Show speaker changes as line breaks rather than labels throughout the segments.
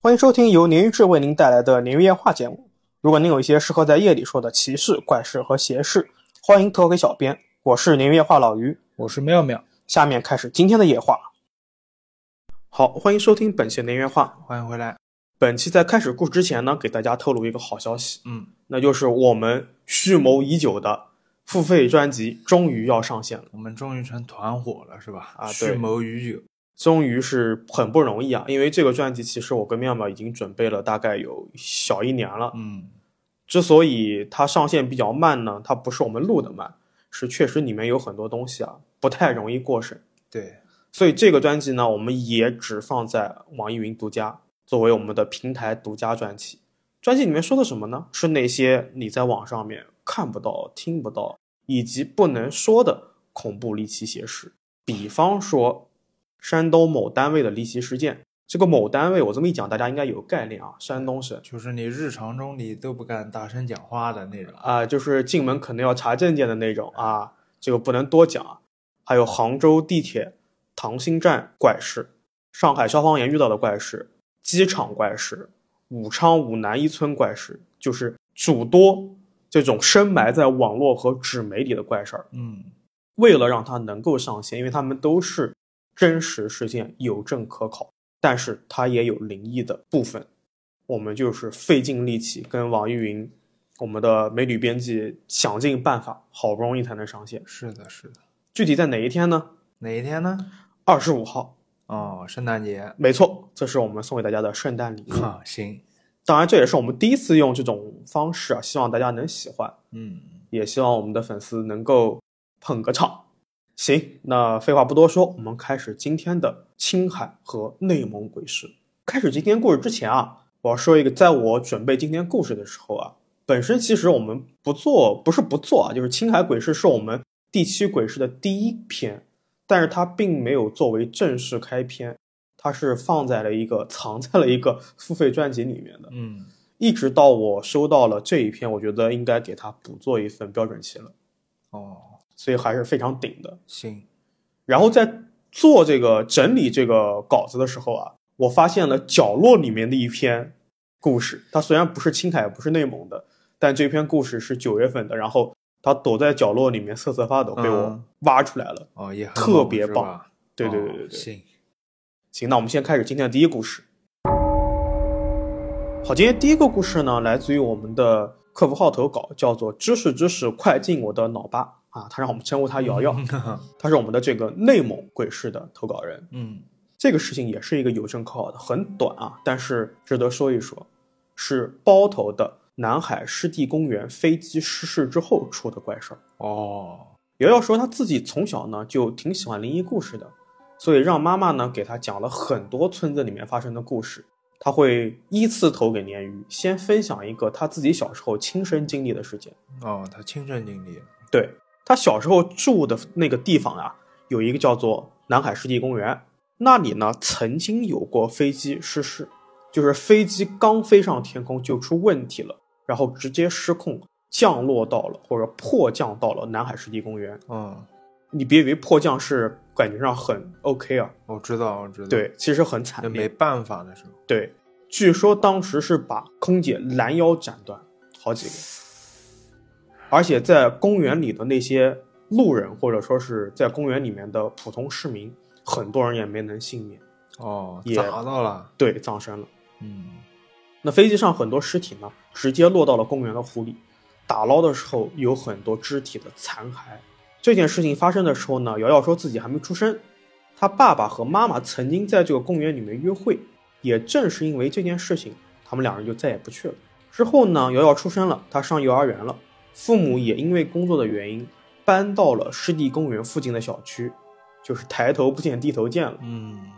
欢迎收听由鲶鱼志为您带来的鲶鱼夜话节目。如果您有一些适合在夜里说的奇事、怪事和邪事，欢迎投稿给小编。我是鲶鱼夜话老于，
我是妙妙，
下面开始今天的夜话。好，欢迎收听本期的鲶鱼夜话。
欢迎回来。
本期在开始故事之前呢，给大家透露一个好消息，
嗯，
那就是我们蓄谋已久的付费专辑终于要上线了。
我们终于成团伙了，是吧？
啊对
蓄谋已久，
终于是很不容易啊，因为这个专辑其实我跟妙妙已经准备了大概有小一年了。
嗯，
之所以它上线比较慢呢，它不是我们录的慢，是确实里面有很多东西啊不太容易过审。
对，
所以这个专辑呢，我们也只放在网易云独家，作为我们的平台独家专辑。专辑里面说的什么呢？是那些你在网上面看不到、听不到以及不能说的恐怖离奇邪事。比方说，山东某单位的离奇事件。这个某单位，我这么一讲，大家应该有概念啊。山东省
就是你日常中你都不敢大声讲话的那种。
啊、就是进门可能要查证件的那种啊，这个不能多讲啊。还有杭州地铁唐兴站怪事，上海消防员遇到的怪事，机场怪事，武昌武南一村怪事，就是诸多这种深埋在网络和纸媒里的怪事儿。
嗯，
为了让它能够上线，因为它们都是真实事件，有证可考，但是它也有灵异的部分。我们就是费尽力气跟网易云，我们的美女编辑想尽办法，好不容易才能上线。
是的，是的。
具体在哪一天呢？
哪一天呢？
二十五号，
哦，圣诞节。
没错，这是我们送给大家的圣诞礼物。
啊，行，
当然，这也是我们第一次用这种方式啊，希望大家能喜欢，
嗯，
也希望我们的粉丝能够捧个场。行，那废话不多说，我们开始今天的青海和内蒙鬼事。开始今天故事之前啊，我要说一个，在我准备今天故事的时候啊，本身其实我们不做，不是不做啊，就是青海鬼事是我们第七鬼事的第一篇，但是它并没有作为正式开篇，它是放在了一个藏在了一个付费专辑里面的。
嗯，
一直到我收到了这一篇，我觉得应该给它补做一份标准期了，
哦，
所以还是非常顶的。
行，
然后在做这个整理这个稿子的时候啊，我发现了角落里面的一篇故事，它虽然不是青海，不是内蒙的，但这篇故事是九月份的，然后它躲在角落里面瑟瑟发抖，被我
嗯
挖出来了。
哦，也很
特
猛
别
是
棒
吧
对对
哦
对对对。
行，
行，那我们先开始今天的第一故事。好，今天第一个故事呢，来自于我们的客服号投稿，叫做“知识知识，快进我的脑吧”啊，他让我们称呼他瑶瑶，他是我们的这个内蒙鬼市的投稿人。
嗯，
这个事情也是一个有证可考的，很短啊，但是值得说一说，是包头的南海湿地公园飞机失事之后出的怪事儿。
哦，
瑶瑶说她自己从小呢就挺喜欢灵异故事的，所以让妈妈呢给她讲了很多村子里面发生的故事。她会依次投给鲶鱼，先分享一个她自己小时候亲身经历的事件。
哦，他亲身经历，
对她小时候住的那个地方啊，有一个叫做南海湿地公园，那里呢曾经有过飞机失事，就是飞机刚飞上天空就出问题了，然后直接失控降落到了或者迫降到了南海湿地公园。
嗯，
你别以为迫降是感觉上很 OK 啊，
我知道，我知道，，
对，其实很
那
惨
嗯没
烈。
办法的时候，
对，据说当时是把空姐拦腰斩断好几个，而且在公园里的那些路人或者说是在公园里面的普通市民，很多人也没能幸免，
哦，
也
砸到了，
对，葬身了。
嗯，
那飞机上很多尸体呢，直接落到了公园的湖里。打捞的时候有很多肢体的残骸。这件事情发生的时候呢，瑶瑶说自己还没出生，她爸爸和妈妈曾经在这个公园里面约会，也正是因为这件事情，他们两人就再也不去了。之后呢，瑶瑶出生了，她上幼儿园了，父母也因为工作的原因搬到了湿地公园附近的小区，就是抬头不见低头见了。
嗯，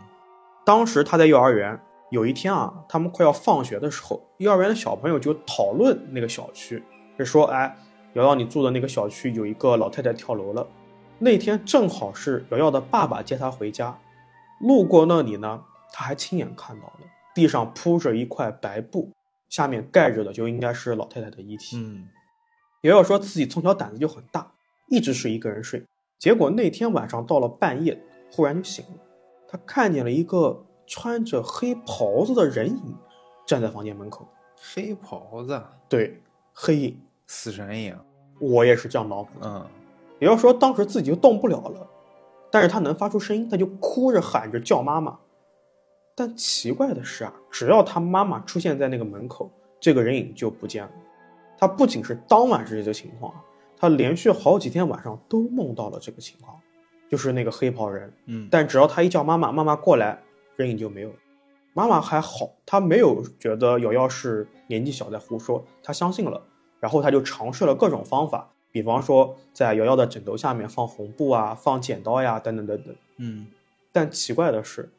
当时他在幼儿园，有一天啊，他们快要放学的时候，幼儿园的小朋友就讨论那个小区，就说：“哎，瑶瑶你住的那个小区有一个老太太跳楼了。”那天正好是瑶瑶的爸爸接她回家，路过那里呢，他还亲眼看到了地上铺着一块白布，下面盖着的就应该是老太太的遗体。
嗯，
瑶瑶说自己从小胆子就很大，一直是一个人睡。结果那天晚上到了半夜，忽然就醒了，她看见了一个穿着黑袍子的人影站在房间门口。
黑袍子，啊
对，黑影，
死神一样。
我也是这样脑补的。
嗯，
也要说当时自己就动不了了，但是他能发出声音，他就哭着喊着叫妈妈。但奇怪的是啊，只要他妈妈出现在那个门口，这个人影就不见了。他不仅是当晚是这个情况啊，他连续好几天晚上都梦到了这个情况，就是那个黑袍人。
嗯，
但只要他一叫妈妈，妈妈过来，人影就没有了。妈妈还好，她没有觉得瑶瑶是年纪小在胡说，她相信了，然后她就尝试了各种方法，比方说在瑶瑶的枕头下面放红布啊、放剪刀呀，等等等等。
嗯，
但奇怪的是，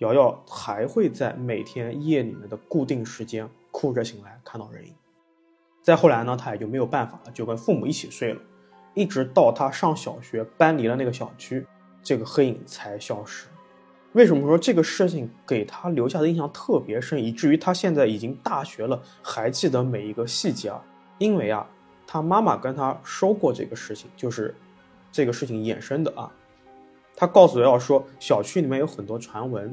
瑶瑶还会在每天夜里面的固定时间哭着醒来，看到人影。再后来呢，她也就没有办法了，就跟父母一起睡了，一直到她上小学搬离了那个小区，这个黑影才消失。为什么说这个事情给她留下的印象特别深，以至于她现在已经大学了，还记得每一个细节啊？因为啊，她妈妈跟她说过这个事情，就是这个事情衍生的啊。他告诉瑶瑶说，小区里面有很多传闻，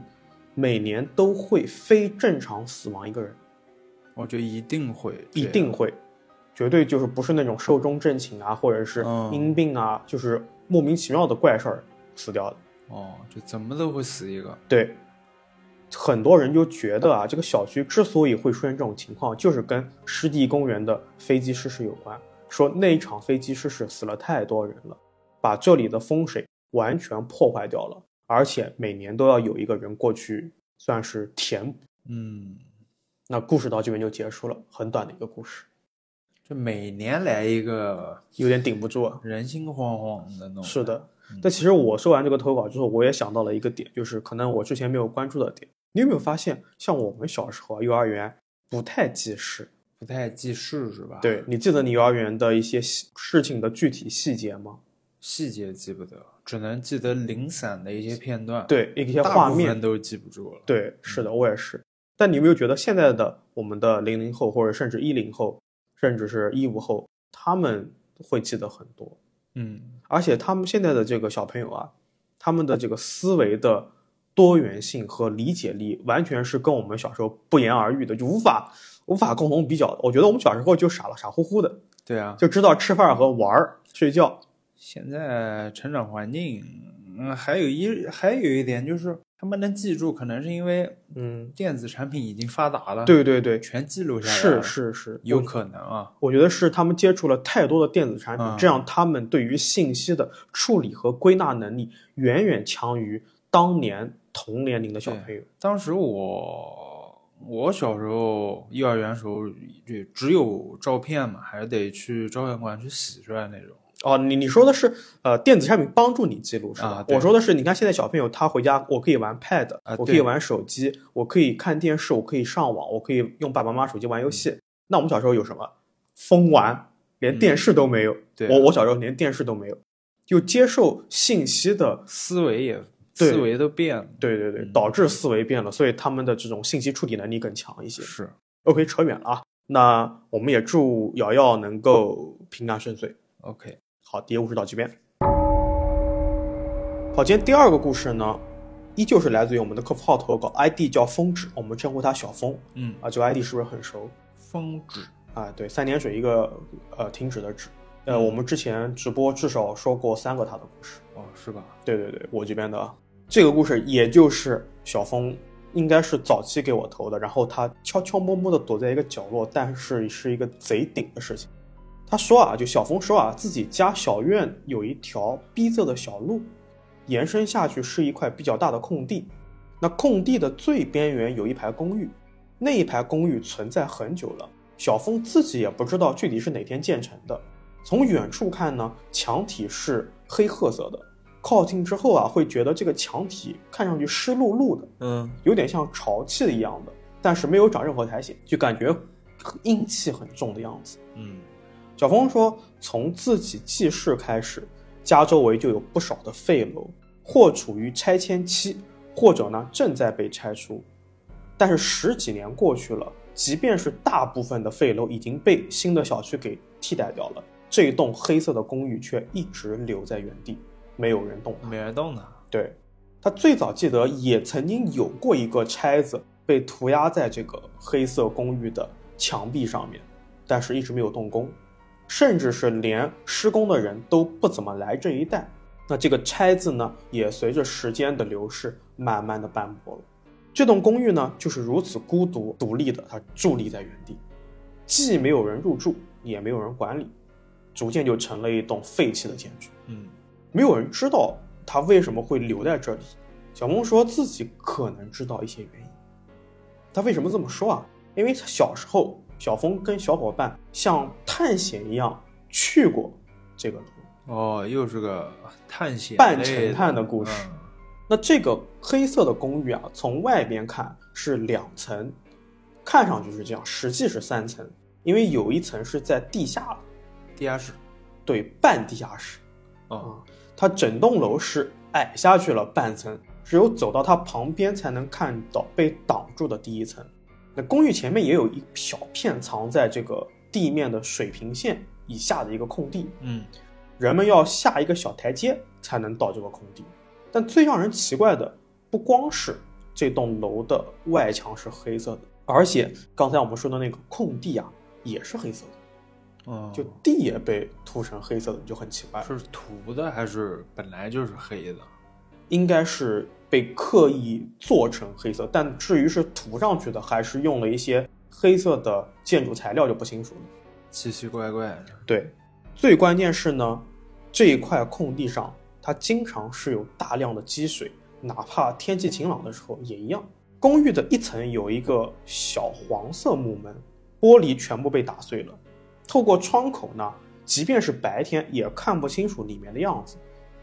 每年都会非正常死亡一个人，
我觉得一定会，
一定会，绝对就是不是那种寿终正寝啊，或者是
嗯
因病啊，就是莫名其妙的怪事儿死掉的。
哦，就怎么都会死一个。
对，很多人就觉得啊，这个小区之所以会出现这种情况，就是跟湿地公园的飞机失事有关。说那一场飞机失事死了太多人了，把这里的风水完全破坏掉了，而且每年都要有一个人过去，算是填补。
嗯，
那故事到这边就结束了，很短的一个故事，
这每年来一个，
有点顶不住啊。
人心惶惶的弄。
是的
嗯，
但其实我说完这个投稿之后，我也想到了一个点，就是可能我之前没有关注的点。你有没有发现，像我们小时候啊幼儿园不太记事？
不太记事是吧？
对，你记得你幼儿园的一些细事情的具体细节吗？
细节记不得，只能记得零散的一些片段。，
对，一些
大
画
部分嗯
面。
都记不住了。
对，是的，我也是。但你有没有觉得现在的我们的零零后，或者甚至一零后，甚至是一五后，他们会记得很多，
嗯，
而且他们现在的这个小朋友啊，他们的这个思维的多元性和理解力，完全是跟我们小时候不言而喻的，就无法无法共同比较的。我觉得我们小时候就傻了，傻乎乎的，
对啊，
就知道吃饭和玩儿、睡觉。
现在成长环境，嗯，还有一还有一点就是，他们能记住，可能是因为
嗯，
电子产品已经发达了，，
对对对，
全记录下来
是
了
是是，
有可能啊。
我觉得是他们接触了太多的电子产品，
嗯
这样他们对于信息的处理和归纳能力远远强于当年同年龄的小朋友。
当时我我小时候幼儿园时候，就只有照片嘛，还得去照相馆去洗出来那种。
哦，你你说的是呃电子产品帮助你记录是吧？
啊对
我说的是，你看现在小朋友他回家，我可以玩 Pad，、
啊
我可
对
以玩手机，我可以看电视，我可以上网，我可以用爸爸妈妈手机玩游戏。那我们小时候有什么？疯玩，连电视都没有。
对啊
我我小时候连电视都没有，就接受信息的
思维也
对
思维都变了，
对对对，
嗯
导致思维变了，所以他们的这种信息处理能力更强一些。
是
OK，扯远了啊，那我们也祝瑶瑶能够平安顺遂。
OK。
好，第一个故事到这边。好，今天第二个故事呢，依旧是来自于我们的客服号投稿，ID 叫风纸，我们称呼他小风
嗯，
啊，这个 ID 是不是很熟
峰值
啊？对，三点水一个呃停止的止。呃，
嗯
我们之前直播至少说过三个他的故事。
哦，是吧？
对对对，我这边的啊这个故事，也就是小峰啊应该是早期给我投的，然后他悄悄摸摸的躲在一个角落，但是是一个贼顶的事情。他说啊，就小峰说啊，自己家小院有一条逼仄的小路，延伸下去是一块比较大的空地。那空地的最边缘有一排公寓，那一排公寓存在很久了，小峰自己也不知道具体是哪天建成的。从远处看呢，墙体是黑褐色的，靠近之后啊，会觉得这个墙体看上去湿漉漉的，
嗯
有点像潮气一样的，但是没有长任何苔藓，就感觉阴气很重的样子。
嗯
小峰说，从自己记事开始，家周围就有不少的废楼，或处于拆迁期，或者呢正在被拆除。但是十几年过去了，即便是大部分的废楼已经被新的小区给替代掉了，这一栋黑色的公寓却一直留在原地，没有人动它。
没人动它。
对，他最早记得也曾经有过一个拆子，被涂鸦在这个黑色公寓的墙壁上面，但是一直没有动工，甚至是连施工的人都不怎么来这一带。那这个“拆”字呢，也随着时间的流逝，慢慢的斑驳了。这栋公寓呢，就是如此孤独独立的，它伫立在原地，既没有人入住，也没有人管理，逐渐就成了一栋废弃的建筑。
嗯，
没有人知道他为什么会留在这里。小萌说自己可能知道一些原因。他为什么这么说啊？因为他小时候，小峰跟小伙伴像探险一样去过这个楼。
哦，又是个探险
半
类嗯
沉探的故事那这个黑色的公寓啊，从外边看是两层，看上去是这样，实际是三层，因为有一层是在地下了，
嗯，地下室。
对，半地下室。
哦，
它整栋楼是矮下去了半层，只有走到它旁边才能看到被挡住的第一层。那公寓前面也有一小片藏在这个地面的水平线以下的一个空地，
嗯，
人们要下一个小台阶才能到这个空地。但最让人奇怪的，不光是这栋楼的外墙是黑色的，而且刚才我们说的那个空地啊也是黑色的，
哦，
就地也被涂成黑色的，就很奇怪。
嗯是涂的还是本来就是黑的？
应该是被刻意做成黑色，但至于是涂上去的，还是用了一些黑色的建筑材料就不清楚了。
奇奇怪怪的。
对，最关键是呢，这一块空地上它经常是有大量的积水，哪怕天气晴朗的时候也一样。公寓的一层有一个小黄色木门，玻璃全部被打碎了。透过窗口呢，即便是白天也看不清楚里面的样子，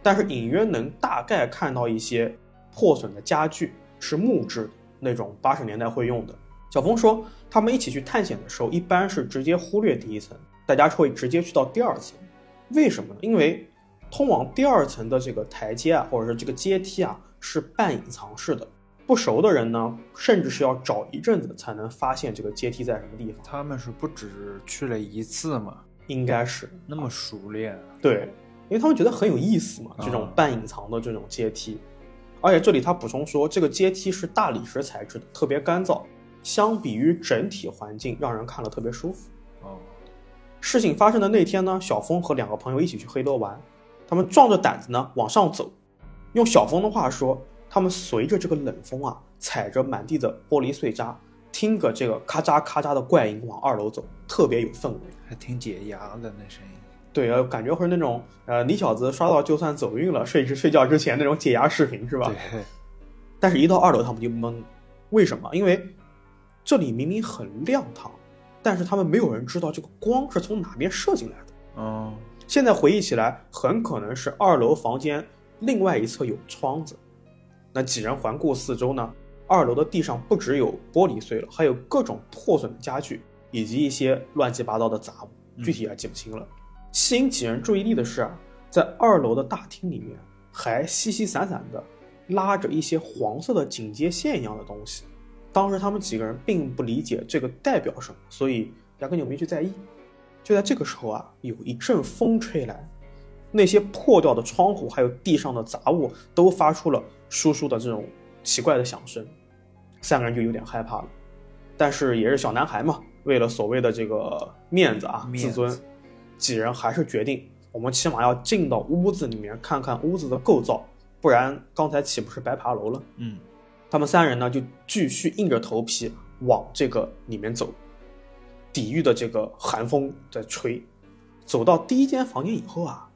但是隐约能大概看到一些破损的家具，是木质那种八十年代会用的。小峰说，他们一起去探险的时候，一般是直接忽略第一层，大家会直接去到第二层。为什么呢？因为通往第二层的这个台阶啊，或者是这个阶梯啊，是半隐藏式的。不熟的人呢，甚至是要找一阵子才能发现这个阶梯在什么地方。
他们是不只去了一次嘛，
应该是
那么熟练。
对，因为他们觉得很有意思嘛，
啊
这种半隐藏的这种阶梯。而且这里他补充说，这个阶梯是大理石材质的，特别干燥，相比于整体环境，让人看了特别舒服。
哦，
事情发生的那天呢，小峰和两个朋友一起去黑楼玩，他们壮着胆子呢往上走。用小峰的话说，他们随着这个冷风啊，踩着满地的玻璃碎渣，听着这个咔嚓咔嚓的怪音往二楼走，特别有氛围。
还挺解压的那声音。
对，呃，感觉会是那种呃，你小子刷到就算走运了，睡之睡觉之前那种解压视频是吧？
对，
但是，一到二楼他们就懵，为什么？因为这里明明很亮堂，但是他们没有人知道这个光是从哪边射进来的。
嗯，
现在回忆起来，很可能是二楼房间另外一侧有窗子。那几人环顾四周呢，二楼的地上不只有玻璃碎了，还有各种破损的家具，以及一些乱七八糟的杂物，
嗯
具体也记不清了。吸引几人注意力的是啊，在二楼的大厅里面还稀稀散散的拉着一些黄色的警戒线一样的东西。当时他们几个人并不理解这个代表什么，所以压根就没去在意。就在这个时候啊，有一阵风吹来，那些破掉的窗户还有地上的杂物都发出了簌簌的这种奇怪的响声，三个人就有点害怕了。但是也是小男孩嘛，为了所谓的这个面子啊、
面子
自尊，几人还是决定，我们起码要进到屋子里面看看屋子的构造，不然刚才岂不是白爬楼了？
嗯，
他们三人呢就继续硬着头皮往这个里面走，抵御的这个寒风在吹。走到第一间房间以后啊，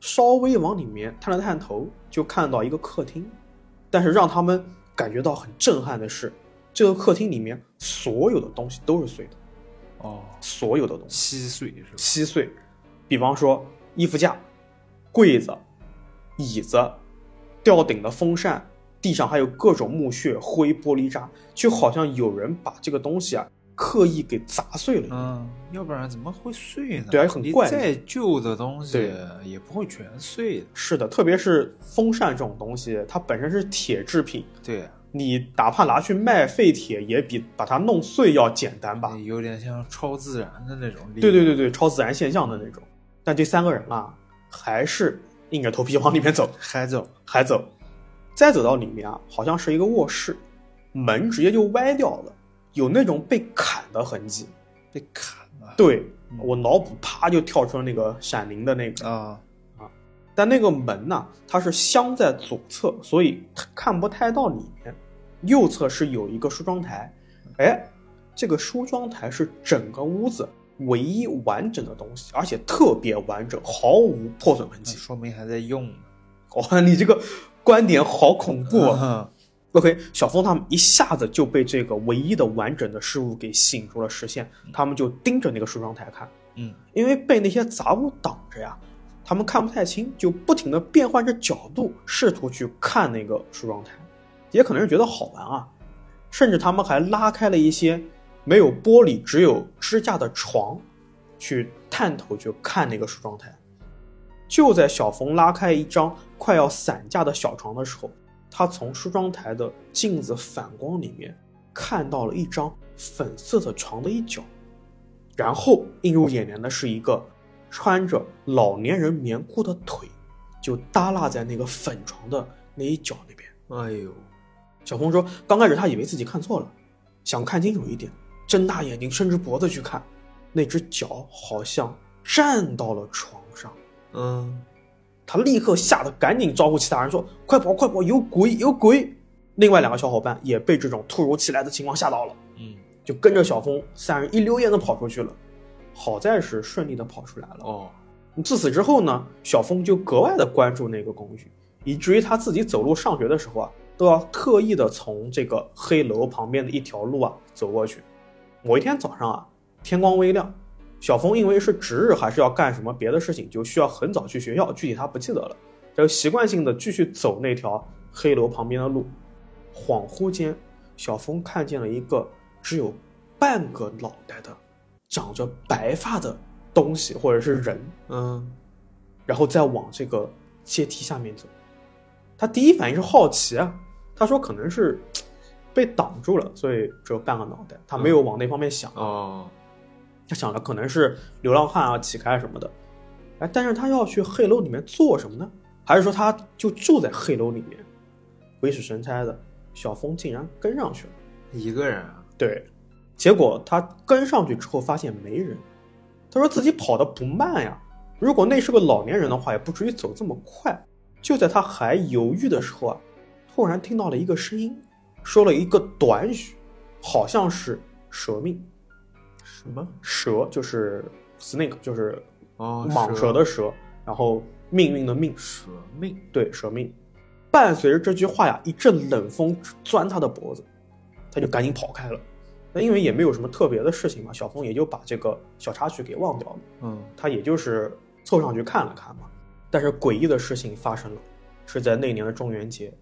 稍微往里面探了探头，就看到一个客厅。但是让他们感觉到很震撼的是，这个客厅里面所有的东西都是碎的，
哦，
所有的东西
稀碎是吧？
稀碎。比方说衣服架、柜子、椅子、吊顶的风扇，地上还有各种木屑、灰、玻璃渣，就好像有人把这个东西啊刻意给砸碎了一样。
嗯，要不然怎么会碎呢？
对啊很
你
怪
再旧的东西
对
也不会全碎的。
是的，特别是风扇这种东西，它本身是铁制品，
对，
你哪怕拿去卖废铁，也比把它弄碎要简单吧？
有点像超自然的那种力量。
对对对对，超自然现象的那种。但这三个人啊，还是硬着头皮往里面走。
嗨走，
还走，再走到里面啊，好像是一个卧室，门直接就歪掉了，有那种被砍的痕迹。
被砍了
对
嗯
我脑补，啪就跳出了那个闪灵的那个，
啊，
但那个门呐、它是镶在左侧，所以看不太到里面。右侧是有一个梳妆台，哎，这个梳妆台是整个屋子唯一完整的东西，而且特别完整，毫无破损痕
那
迹。
说明还在用呢。
哦，你这个观点好恐怖 啊！
啊
OK，小峰他们一下子就被这个唯一的完整的事物给吸引住了视线，他们就盯着那个梳妆台看，
嗯，
因为被那些杂物挡着呀，他们看不太清，就不停的变换着角度，试图去看那个梳妆台，也可能是觉得好玩啊，甚至他们还拉开了一些没有玻璃只有支架的床，去探头去看那个梳妆台。就在小冯拉开一张快要散架的小床的时候，他从梳妆台的镜子反光里面看到了一张粉色的床的一角，然后映入眼帘的是一个穿着老年人棉裤的腿，就耷拉在那个粉床的那一角那边。
哎呦，
小峰说，刚开始他以为自己看错了，想看清楚一点，睁大眼睛，伸直脖子去看，那只脚好像站到了床上。
嗯，
他立刻吓得赶紧招呼其他人说：“快跑，快跑，有鬼，有鬼！”另外两个小伙伴也被这种突如其来的情况吓到了，
嗯，
就跟着小峰三人一溜烟的跑出去了。好在是顺利的跑出来了。
哦，
自此之后呢，小峰就格外的关注那个公寓，以至于他自己走路上学的时候啊，都要特意的从这个黑楼旁边的一条路啊走过去。某一天早上啊，天光微亮，小峰因为是值日还是要干什么别的事情，就需要很早去学校，具体他不记得了，他就习惯性的继续走那条黑楼旁边的路。恍惚间，小峰看见了一个只有半个脑袋的、长着白发的东西或者是人。
嗯，
然后再往这个阶梯下面走。他第一反应是好奇啊，他说可能是嘖被挡住了，所以只有半个脑袋，他没有往那方面想，
哦，
他想着可能是流浪汉啊、乞丐什么的。哎，但是他要去黑楼里面做什么呢？还是说他就住在黑楼里面？鬼使神差的，小峰竟然跟上去了。
一个人啊，
对，结果他跟上去之后发现没人，他说自己跑得不慢呀，如果那是个老年人的话，也不至于走这么快。就在他还犹豫的时候啊，突然听到了一个声音，说了一个短语，好像是蛇命，
什么？
蛇就是 snake，就是
哦，
蟒蛇的蛇，然后命运的命，
蛇命，
对，蛇命。伴随着这句话呀，一阵冷风钻他的脖子，他就赶紧跑开了。那因为也没有什么特别的事情嘛，小峰也就把这个小插曲给忘掉了，
嗯，
他也就是凑上去看了看嘛。但是诡异的事情发生了，是在那年的中元节。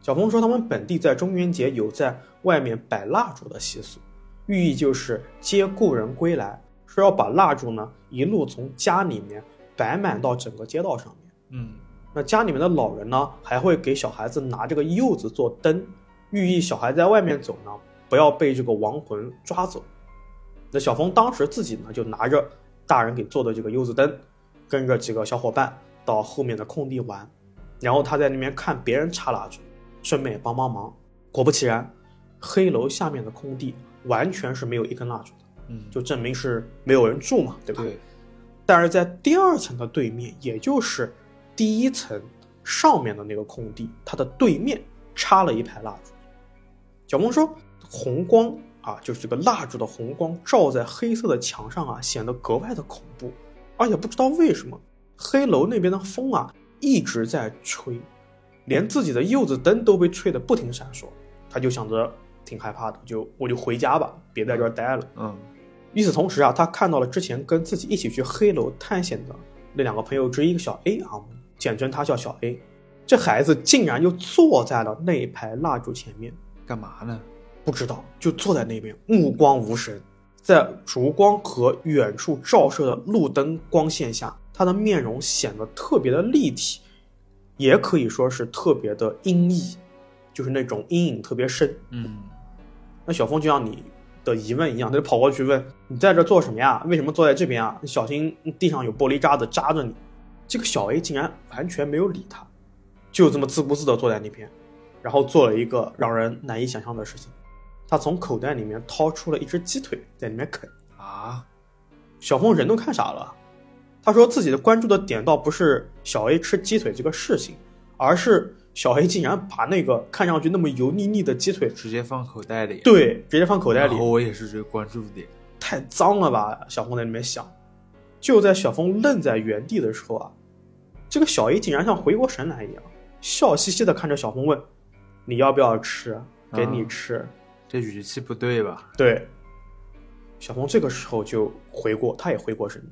小峰说，他们本地在中元节有在外面摆蜡烛的习俗，寓意就是接故人归来，说要把蜡烛呢一路从家里面摆满到整个街道上面。
嗯，
那家里面的老人呢，还会给小孩子拿这个柚子做灯，寓意小孩在外面走呢，不要被这个亡魂抓走。那小峰当时自己呢，就拿着大人给做的这个柚子灯，跟着几个小伙伴到后面的空地玩，然后他在那边看别人插蜡烛，顺便也帮帮忙。果不其然，黑楼下面的空地完全是没有一根蜡烛的，
嗯，
就证明是没有人住嘛，对吧？
对，
但是在第二层的对面，也就是第一层上面的那个空地，它的对面插了一排蜡烛。小萌说，红光啊，就是这个蜡烛的红光照在黑色的墙上啊，显得格外的恐怖。而且不知道为什么，黑楼那边的风啊一直在吹，连自己的柚子灯都被吹得不停闪烁。他就想着挺害怕的，就我就回家吧，别在这儿待了。
嗯，
与此同时啊，他看到了之前跟自己一起去黑楼探险的那两个朋友之一，小 A 啊，简称他叫小 A。这孩子竟然就坐在了那一排蜡烛前面，
干嘛呢？
不知道就坐在那边，目光无神，在烛光和远处照射的路灯光线下，他的面容显得特别的立体，也可以说是特别的阴翳，就是那种阴影特别深。
嗯，
那小峰就像你的疑问一样，他就跑过去问你在这做什么呀？为什么坐在这边啊？你小心地上有玻璃渣子扎着你。这个小 A 竟然完全没有理他，就这么自顾自的坐在那边。然后做了一个让人难以想象的事情，他从口袋里面掏出了一只鸡腿在里面啃。
啊，
小凤人都看傻了。他说自己的关注的点倒不是小 A 吃鸡腿这个事情，而是小 A 竟然把那个看上去那么油腻腻的鸡腿，
直接放口袋里，，
对，直接放口袋里
然后，我也是这个关注点，
太脏了吧？小凤在里面想。就在小凤愣在原地的时候啊，这个小 A 竟然像回过神来一样，笑嘻嘻的看着小凤问：“你要不要吃？给你吃。
这语气不对吧？
对，小鹏这个时候就回过，他也回过神，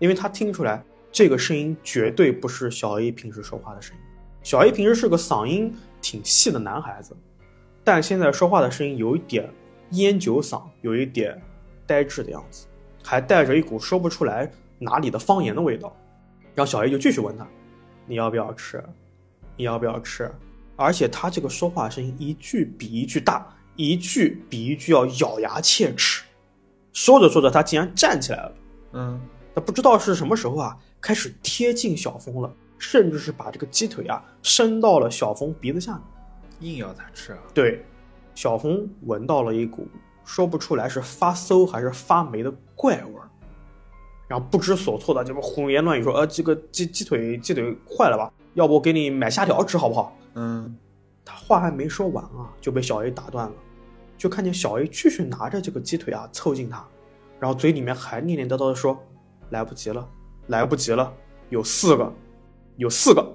因为他听出来这个声音绝对不是小 A 平时说话的声音。小 A 平时是个嗓音挺细的男孩子，但现在说话的声音有一点烟酒嗓，有一点呆滞的样子，还带着一股说不出来哪里的方言的味道。然后小 A 就继续问他：“你要不要吃？你要不要吃？”而且他这个说话声音一句比一句大，一句比一句要咬牙切齿。说着说着，他竟然站起来了。
嗯，
他不知道是什么时候啊，开始贴近小峰了，甚至是把这个鸡腿啊伸到了小峰鼻子下面。
硬要他吃啊，
对，小峰闻到了一股说不出来是发馊还是发霉的怪味儿，然后不知所措的这边胡言乱语说：“呃，这个鸡鸡腿鸡腿坏了吧？要不我给你买虾条吃好不好？”
嗯，
他话还没说完啊，就被小 A 打断了，就看见小 A 继续拿着这个鸡腿啊凑近他，然后嘴里面还念念叨叨的说：“来不及了，来不及了，有四个，有四个，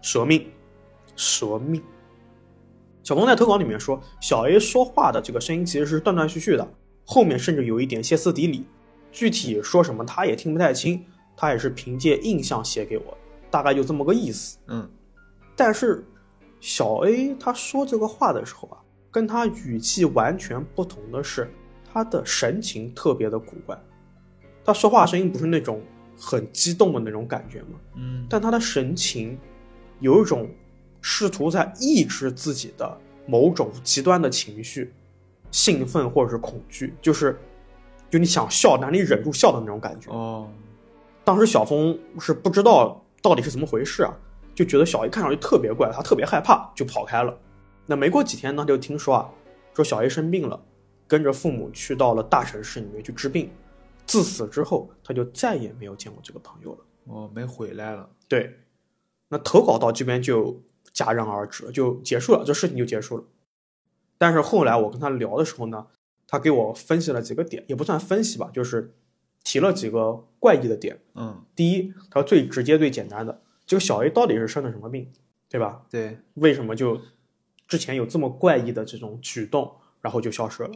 舍命，舍命。”小鹏在投稿里面说，小 A 说话的这个声音其实是断断续续的，后面甚至有一点歇斯底里，具体说什么他也听不太清，他也是凭借印象写给我的，大概就这么个意思。
嗯，
但是小 A 他说这个话的时候啊，跟他语气完全不同的是，他的神情特别的古怪。他说话声音不是那种很激动的那种感觉吗？
嗯，
但他的神情有一种试图在抑制自己的某种极端的情绪，兴奋或者是恐惧，就是就你想笑，但你忍住笑的那种感觉。
哦，
当时小峰是不知道到底是怎么回事啊，就觉得小 A 看上去特别怪，他特别害怕，就跑开了。那没过几天呢，就听说啊，说小 A 生病了，跟着父母去到了大城市里面去治病。自此之后，他就再也没有见过这个朋友了。
我哦没回来了，
对，那投稿到这边就戛然而止，就结束了，这事情就结束了。但是后来我跟他聊的时候呢，他给我分析了几个点，也不算分析吧，就是提了几个怪异的点。
嗯，
第一，他最直接、最简单的，这个小 A 到底是生的什么病，对吧？
对，
为什么就之前有这么怪异的这种举动，然后就消失了？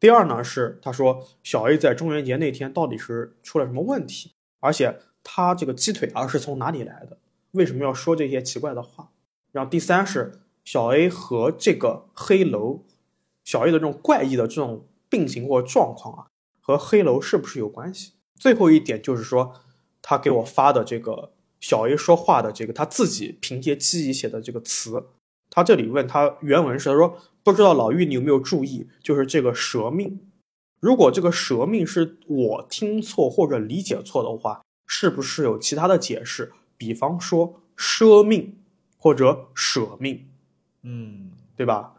第二呢，是他说小 A 在中元节那天到底是出了什么问题，而且他这个鸡腿啊是从哪里来的？为什么要说这些奇怪的话？然后第三是小 A 和这个黑楼，小 A 的这种怪异的这种病情或状况啊，和黑楼是不是有关系？最后一点就是说，他给我发的这个小 A 说话的这个他自己凭借记忆写的这个词，他这里问他原文是他说不知道老玉你有没有注意，就是这个蛇命，如果这个蛇命是我听错或者理解错的话，是不是有其他的解释？比方说奢命或者舍命，
嗯，
对吧？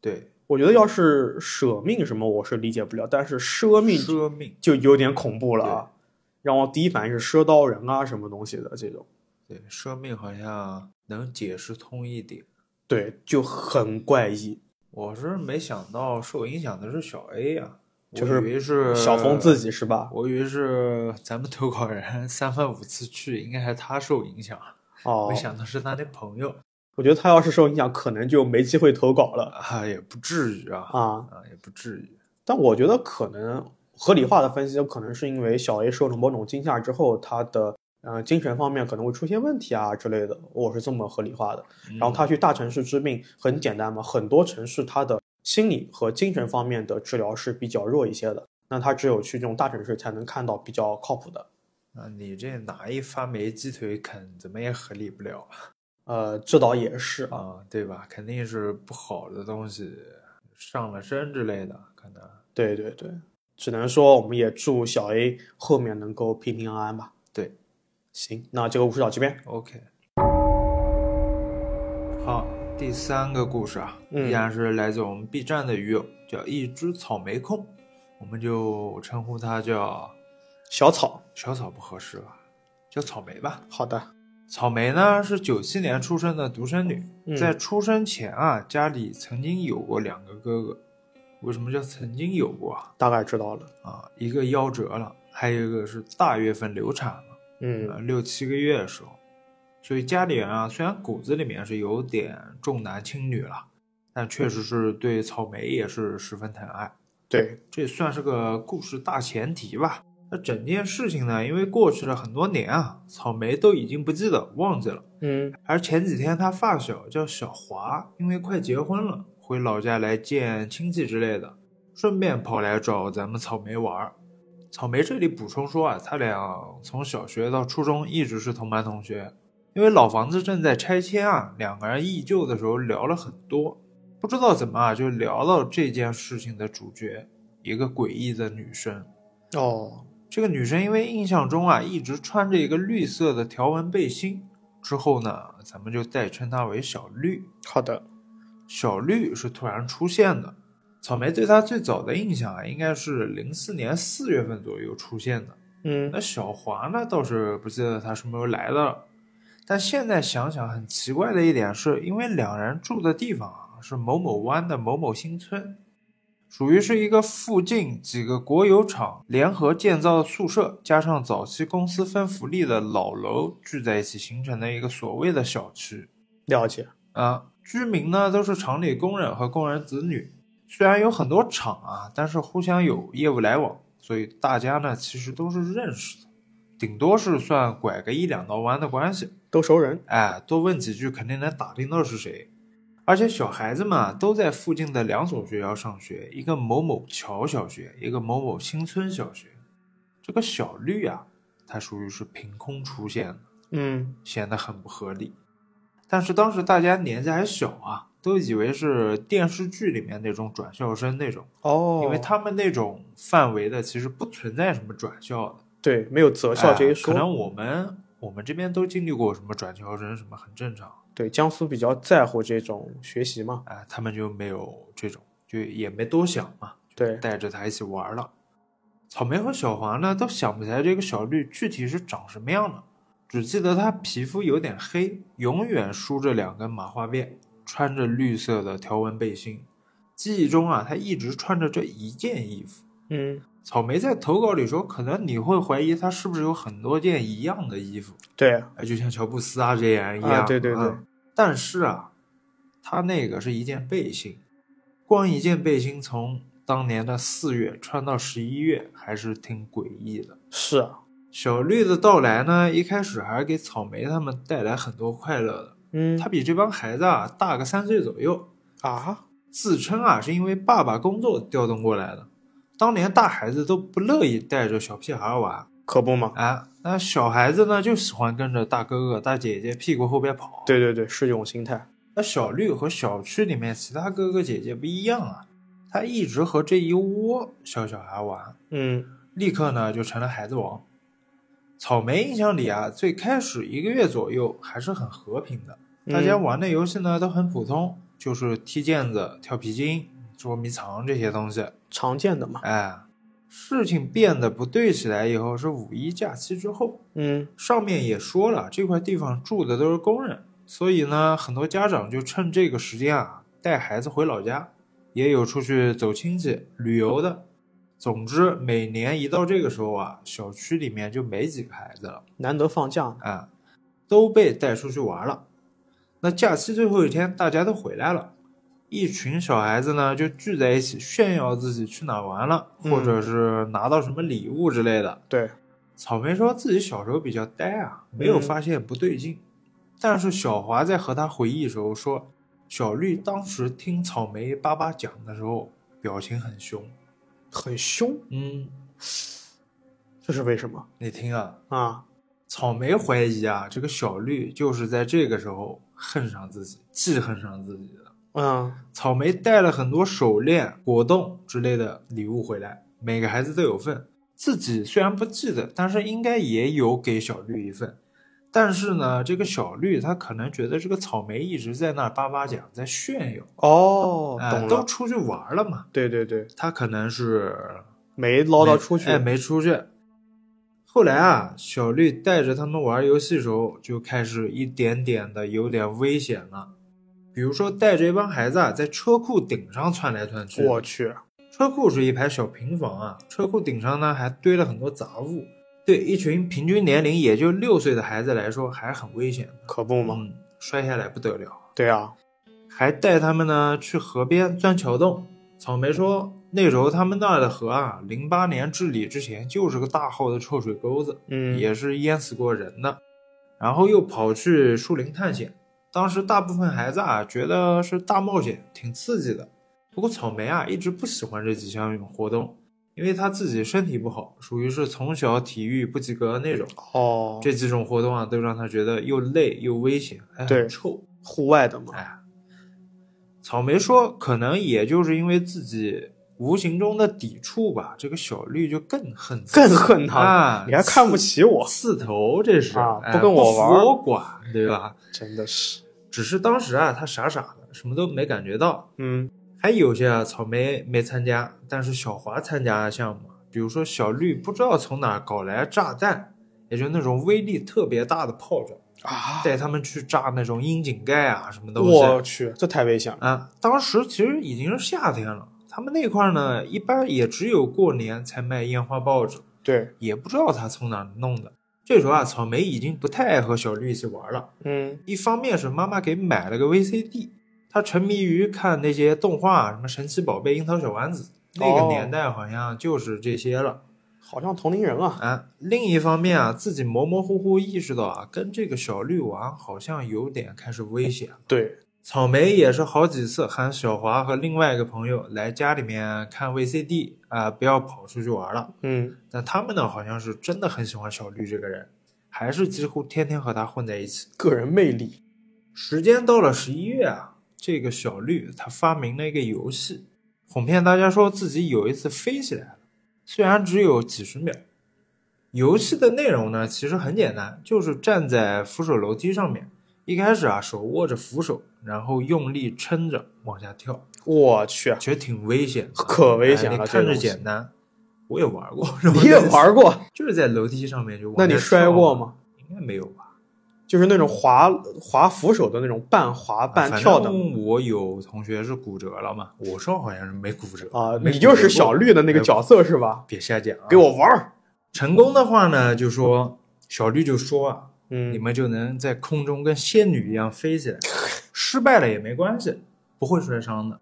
对，
我觉得要是舍命什么我是理解不了，但是奢命
奢命，
就有点恐怖了啊，让我第一反应是赊刀人啊什么东西的这种，
对，奢命好像能解释通一点。
对，就很怪异。
我是没想到受影响的是小 A 啊，
就
我
是
以为是
小峰自，己是吧？
我以为是咱们投稿人三番五次去，应该还是他受影响，
哦
没，想到是他的朋友
我觉得他要是受影响，可能就没机会投稿了
啊，也不至于啊，
啊。
啊也不至于，
但我觉得可能合理化的分析，可能是因为小 A 受了某种惊吓之后，他的呃精神方面可能会出现问题啊之类的，我是这么合理化的。然
嗯
后他去大城市治病很简单嘛，很多城市他的心理和精神方面的治疗是比较弱一些的，那他只有去这种大城市才能看到比较靠谱的。
啊，你这拿一发霉鸡腿啃，怎么也合理不了吧
呃，这倒也是啊，
啊，对吧？肯定是不好的东西上了身之类的，可能
对对对，只能说我们也祝小 A 后面能够平平安安吧。
对
行，那这个故事到这边，
OK。好，第三个故事啊，
嗯
依然是来自我们 B 站的鱼友，叫一只草莓控，我们就称呼它叫
小草，
小草不合适吧，叫草莓吧。
好的，
草莓呢是九七年出生的独生女，
嗯
在出生前啊，家里曾经有过两个哥哥。为什么叫曾经有过啊？
大概知道了。
啊，一个夭折了，还有一个是大月份流产了，
嗯
呃，六七个月的时候。所以家里人啊，虽然骨子里面是有点重男轻女了，但确实是对草莓也是十分疼爱。
对，
这也算是个故事大前提吧。那整件事情呢，因为过去了很多年啊，草莓都已经不记得忘记了。
嗯
而前几天他发小叫小华，因为快结婚了，回老家来见亲戚之类的，顺便跑来找咱们草莓玩儿。草莓这里补充说啊，他俩从小学到初中一直是同班同学，因为老房子正在拆迁啊，两个人忆旧的时候聊了很多，不知道怎么啊，就聊到这件事情的主角，一个诡异的女生。
哦，
这个女生因为印象中啊一直穿着一个绿色的条纹背心，之后呢，咱们就代称她为小绿。
好的，
小绿是突然出现的，草莓对她最早的印象啊，应该是零四年四月份左右出现的。
嗯
那小华呢，倒是不记得她什么时候来的了，但现在想想很奇怪的一点是，因为两人住的地方啊是某某湾的某某新村，属于是一个附近几个国有厂联合建造的宿舍，加上早期公司分福利的老楼聚在一起形成的一个所谓的小区。
了解。
啊，居民呢都是厂里工人和工人子女，虽然有很多厂啊，但是互相有业务来往，所以大家呢其实都是认识的，顶多是算拐个一两道弯的关系。
都熟人。
哎，多问几句肯定能打听到是谁。而且小孩子嘛，都在附近的两所学校上学，一个某某桥小学，一个某某新村小学。这个小绿啊，它属于是凭空出现的。
嗯，
显得很不合理。但是当时大家年纪还小啊，都以为是电视剧里面那种转校生那种，
哦，
因为他们那种范围的其实不存在什么转校的。
对没有择校这一
哎
说，
可能我们我们这边都经历过什么转校生什么，很正常。
对江苏比较在乎这种学习嘛。
哎，他们就没有这种，就也没多想嘛，
对，
带着他一起玩了。草莓和小黄呢都想不起来这个小绿具体是长什么样了，只记得她皮肤有点黑，永远梳着两根麻花辫，穿着绿色的条纹背心。记忆中啊，她一直穿着这一件衣服。
嗯，
草莓在投稿里说，可能你会怀疑她是不是有很多件一样的衣服，
对，
哎，就像乔布斯啊这样一样。
啊对对对
啊但是啊，他那个是一件背心，光一件背心从当年的四月穿到十一月，还是挺诡异的。
是啊，
小绿的到来呢，一开始还是给草莓他们带来很多快乐的。
嗯
他比这帮孩子啊大个三岁左右，
啊，
自称啊是因为爸爸工作调动过来的。当年大孩子都不乐意带着小屁孩玩，
可不嘛。
啊，那小孩子呢就喜欢跟着大哥哥、大姐姐屁股后边跑。
对对对，是这种心态。
那小绿和小区里面其他哥哥姐姐不一样啊，他一直和这一窝小小孩玩，
嗯
立刻呢就成了孩子王。草莓印象里啊，最开始一个月左右还是很和平的，大家
嗯
玩的游戏呢都很普通，就是踢毽子、跳皮筋、捉迷藏这些东西。
常见的嘛。
哎，事情变得不对起来以后是五一假期之后，
嗯
上面也说了，这块地方住的都是工人，所以呢，很多家长就趁这个时间啊，带孩子回老家，也有出去走亲戚、旅游的。总之，每年一到这个时候啊，小区里面就没几个孩子了，
难得放假，
啊，都被带出去玩了。那假期最后一天，大家都回来了，一群小孩子呢就聚在一起炫耀自己去哪玩了，
嗯
或者是拿到什么礼物之类的。
对，
草莓说自己小时候比较呆啊，没有发现不对劲。但是小华在和他回忆的时候说，小绿当时听草莓爸爸讲的时候，表情很凶。
很凶，
嗯，
这是为什么
你听啊，
啊？
草莓怀疑啊，这个小绿就是在这个时候恨上自己，记恨上自己的。
嗯，
草莓带了很多手链、果冻之类的礼物回来，每个孩子都有份。自己虽然不记得，但是应该也有给小绿一份。但是呢，这个小绿他可能觉得这个草莓一直在那儿叭叭讲，在炫耀，
哦，
哎
懂
都
了，
出去玩了嘛，
对对对，
他可能是
没唠叨出去，
哎，没出去。后来啊，小绿带着他们玩游戏时候，就开始一点点的有点危险了。比如说，带着一帮孩子啊，在车库顶上窜来窜去。
我去，
车库是一排小平房啊，车库顶上呢还堆了很多杂物。对一群平均年龄也就六岁的孩子来说，还是很危险的。
可不嘛，
嗯，摔下来不得了。
对啊，
还带他们呢去河边钻桥洞。草莓说，那时候他们那儿的河啊，零八年治理之前就是个大号的臭水沟子，
嗯，
也是淹死过人的。然后又跑去树林探险，当时大部分孩子啊觉得是大冒险，挺刺激的。不过草莓啊一直不喜欢这几项活动，因为他自己身体不好，属于是从小体育不及格那种。
哦，
这几种活动啊都让他觉得又累又危险，哎，
对
很臭。
户外的嘛，
哎，草莓说，可能也就是因为自己无形中的抵触吧，这个小绿就更恨自己
更恨他，
啊，
你还看不起我，
刺头，这是
啊
哎
不跟我玩
不服我管，对吧？
真的是，
只是当时啊，他傻傻的，什么都没感觉到。
嗯，
还有些啊，草莓没参加，但是小华参加了项目，啊比如说小绿不知道从哪儿搞来炸弹，也就那种威力特别大的炮仗，
啊，
带他们去炸那种窨井盖啊，什么东西。
我去，这太危险了，
啊，当时其实已经是夏天了，他们那块儿呢，一般也只有过年才卖烟花报纸，
对，
也不知道他从哪儿弄的。这时候啊，草莓已经不太爱和小绿一起玩了。
嗯，
一方面是妈妈给买了个 VCD，他沉迷于看那些动画，啊什么神奇宝贝、樱桃小丸子，那
哦
个年代好像就是这些了。
好像同龄人啊，
啊，另一方面啊，自己模模糊糊意识到啊，跟这个小绿玩好像有点开始危险了。
对，
草莓也是好几次喊小华和另外一个朋友来家里面看 VCD 啊、不要跑出去玩了。
嗯，
但他们呢，好像是真的很喜欢小绿这个人，还是几乎天天和他混在一起。
个人魅力，
时间到了十一月啊，这个小绿他发明了一个游戏，哄骗大家说自己有一次飞起来了，虽然只有几十秒。游戏的内容呢，其实很简单，就是站在扶手楼梯上面，一开始啊手握着扶手，然后用力撑着往下跳，
我去，
其实挺危险的，
可危险了
哎你
这
看
东
着
西
简单，我也玩过，
你也玩过？
就是在楼梯上面就往
那你
下
摔
跳
过
嘛？
吗？
应该没有吧？
就是那种滑滑扶手的那种半滑半跳的
啊反正我有同学是骨折了嘛，我说好像是没骨折
啊，
没
你就是
骨折过
小绿的那哎个角色是吧？
别瞎讲、啊。
给我玩儿，
成功的话呢，就说小绿就说啊，你
嗯，
们就能在空中跟仙女一样飞 起来。失败了也没关系，不会摔伤的。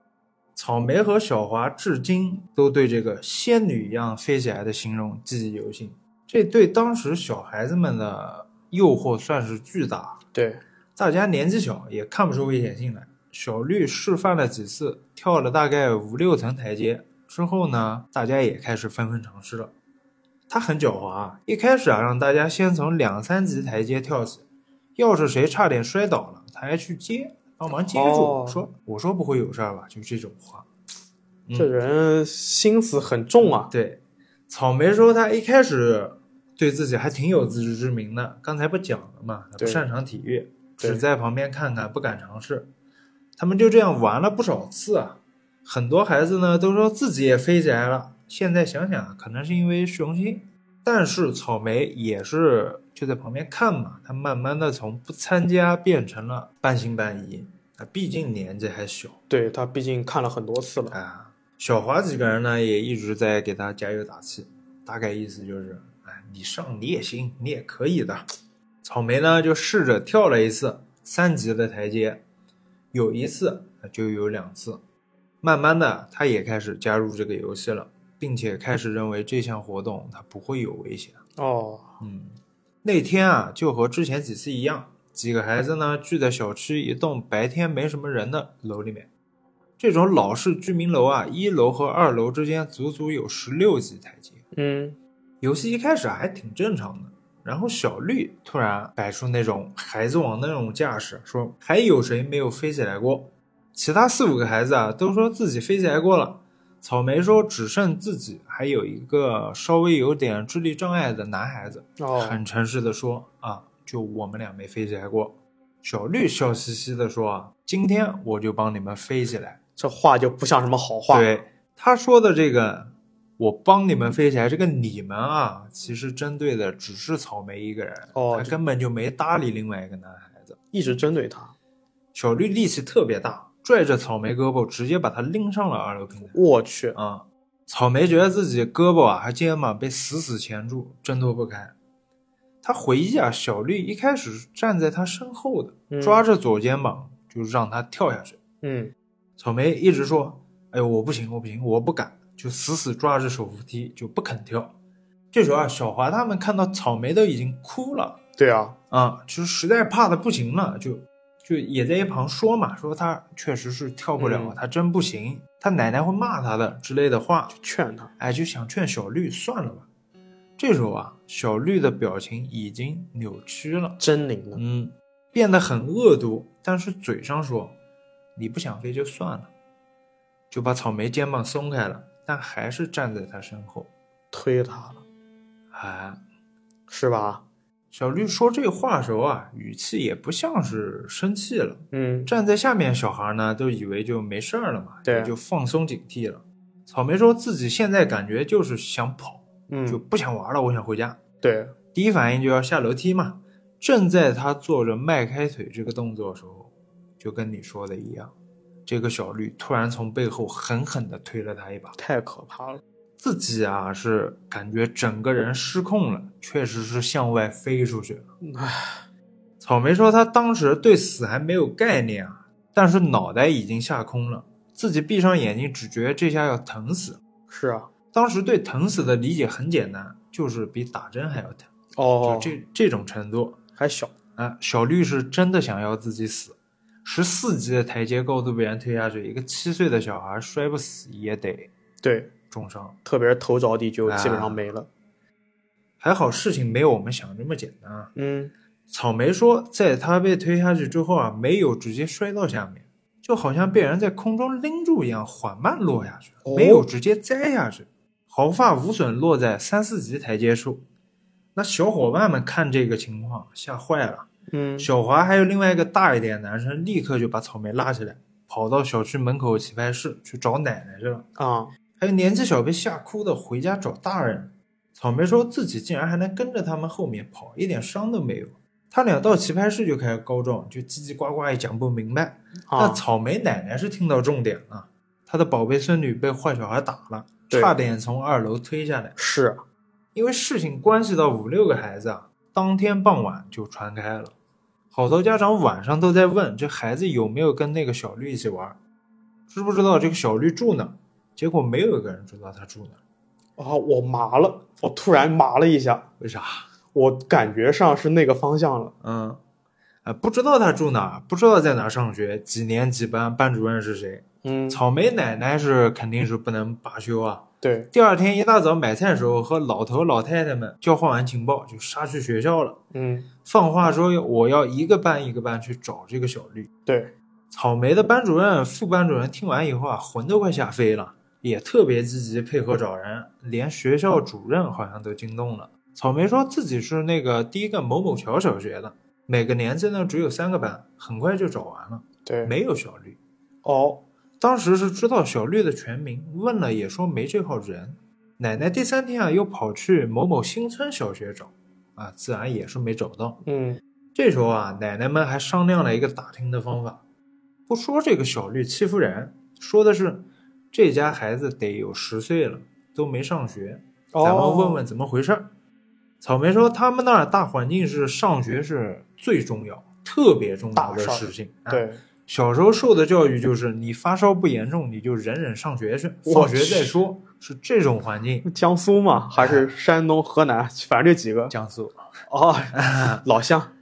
草莓和小华至今都对这个仙女一样飞起来的形容记忆犹新，这对当时小孩子们的诱惑算是巨大。
对，
大家年纪小，也看不出危险性来。小绿示范了几次，跳了大概五六层台阶之后呢，大家也开始纷纷尝试了。他很狡猾啊，一开始啊让大家先从两三级台阶跳起，要是谁差点摔倒了，他还去接，帮忙接住，
哦
说我说不会有事儿吧，就这种话。嗯
这人心思很重啊，
对，草莓说他一开始对自己还挺有自知之明的，刚才不讲了嘛，他
对
不擅长体育，
对
只在旁边看看，不敢尝试。他们就这样玩了不少次啊，很多孩子呢都说自己也飞起来了。现在想想，可能是因为虚荣心，但是草莓也是就在旁边看嘛，他慢慢的从不参加变成了半信半疑。啊，毕竟年纪还小。
对他毕竟看了很多次了，
啊，小华几个人呢也一直在给他加油打气，大概意思就是，哎，你上你也行，你也可以的。草莓呢就试着跳了一次三级的台阶，有一次就有两次，慢慢的他也开始加入这个游戏了，并且开始认为这项活动它不会有危险。
哦，
嗯，那天啊，就和之前几次一样，几个孩子呢聚在小区一栋白天没什么人的楼里面。这种老式居民楼啊，一楼和二楼之间足足有十六级台阶。
嗯，
游戏一开始还挺正常的，然后小绿突然摆出那种孩子王的那种架势，说还有谁没有飞起来过？其他四五个孩子啊都说自己飞起来过了，草莓说只剩自己，还有一个稍微有点智力障碍的男孩子，
哦，
很诚实的说啊，就我们俩没飞起来过。小绿笑嘻嘻地说：“啊今天我就帮你们飞起来。
这话就不像什么好”话。，
对，他说的这个“我帮你们飞起来”，这个“你们”啊，其实针对的只是草莓一个人，
哦
他
就
根本就没搭理另外一个男孩子。
一直针对他。
小绿力气特别大，拽着草莓胳膊，直接把他拎上了二楼平台。
我去，
啊、草莓觉得自己胳膊啊和肩膀被死死钳住，挣脱不开。他回忆啊，小绿一开始是站在他身后的，
嗯
抓着左肩膀就让他跳下去。
嗯，
草莓一直说：“哎呦，我不行，我不行，我不敢！”就死死抓着手扶梯就不肯跳。这时候啊，小华他们看到草莓都已经哭了
对啊，
啊，就实在怕的不行了，就就也在一旁说嘛，说他确实是跳不了，
嗯
他真不行，他奶奶会骂他的之类的话。
劝他。
哎，就想劝小绿算了吧。这时候啊，小绿的表情已经扭曲了，
真灵了，
嗯，变得很恶毒，但是嘴上说你不想飞就算了，就把草莓肩膀松开了，但还是站在他身后。
推他了，
哎，
是吧？
小绿说这话的时候啊，语气也不像是生气了。
嗯，
站在下面小孩呢，都以为就没事儿了嘛，
对啊
也就放松警惕了。草莓说自己现在感觉就是想跑，就
嗯，
不想玩了，我想回家。
对，
第一反应就要下楼梯嘛。正在他做着迈开腿这个动作的时候，就跟你说的一样，这个小绿突然从背后狠狠地推了他一把，
太可怕了。
自己啊是感觉整个人失控了，确实是向外飞出去了。
唉，
草莓说他当时对死还没有概念啊，但是脑袋已经下空了，自己闭上眼睛只觉得这下要疼死。
是啊，
当时对疼死的理解很简单，就是比打针还要疼，
哦
就，这这种程度。
还小，
啊，小绿是真的想要自己死。十四级的台阶高度被人推下去，一个七岁的小孩摔不死也得
对，
重伤。
特别是头着地就
啊
基本上没了。
还好事情没有我们想的这么简单啊。
嗯，
草莓说，在他被推下去之后啊，没有直接摔到下面，就好像被人在空中拎住一样，缓慢落下去
哦，
没有直接栽下去，毫发无损落在三四级台阶处。那小伙伴们看这个情况，吓坏了。
嗯，
小华还有另外一个大一点的男生，立刻就把草莓拉起来，跑到小区门口棋牌室去找奶奶去了。
啊，
还有年纪小被吓哭的回家找大人。草莓说自己竟然还能跟着他们后面跑，一点伤都没有。他俩到棋牌室就开始告状，就叽叽呱呱也讲不明白。
啊
但，草莓奶奶是听到重点了，她的宝贝孙女被坏小孩打了，
对
差点从二楼推下来。
是
因为事情关系到五六个孩子啊，当天傍晚就传开了。好多家长晚上都在问这孩子有没有跟那个小绿一起玩，知不知道这个小绿住哪儿？结果没有一个人知道他住哪儿，
啊，我麻了，我突然麻了一下，
为啥？
我感觉上是那个方向了。
嗯，啊、不知道他住哪儿，不知道在哪儿上学，几年几班，班主任是谁？
嗯，
草莓奶奶是肯定是不能罢休啊。
对，
第二天一大早买菜的时候，和老头老太太们交换完情报，就杀去学校了。
嗯，
放话说我要一个班一个班去找这个小绿。
对，
草莓的班主任、副班主任听完以后啊，魂都快吓飞了，也特别积极配合找人，连学校主任好像都惊动了。草莓说自己是那个第一个某某桥小学的，每个年级呢只有三个班，很快就找完了，
对，
没有小绿。
哦，
当时是知道小绿的全名，问了也说没这号人。奶奶第三天啊又跑去某某新村小学找，啊，自然也是没找到。
嗯，
这时候啊，奶奶们还商量了一个打听的方法，不说这个小绿欺负人，说的是这家孩子得有十岁了，都没上学，
哦
咱们问问怎么回事儿。草莓说，他们那儿大环境是上学是最重要、特别重要
大
的
事儿
事情。啊，
对，
小时候受的教育就是你发烧不严重，你就忍忍上学去，
我
放学再说，是这种环境。
江苏嘛，还是山东、河南，反正这几个。
江苏。
哦， 老乡，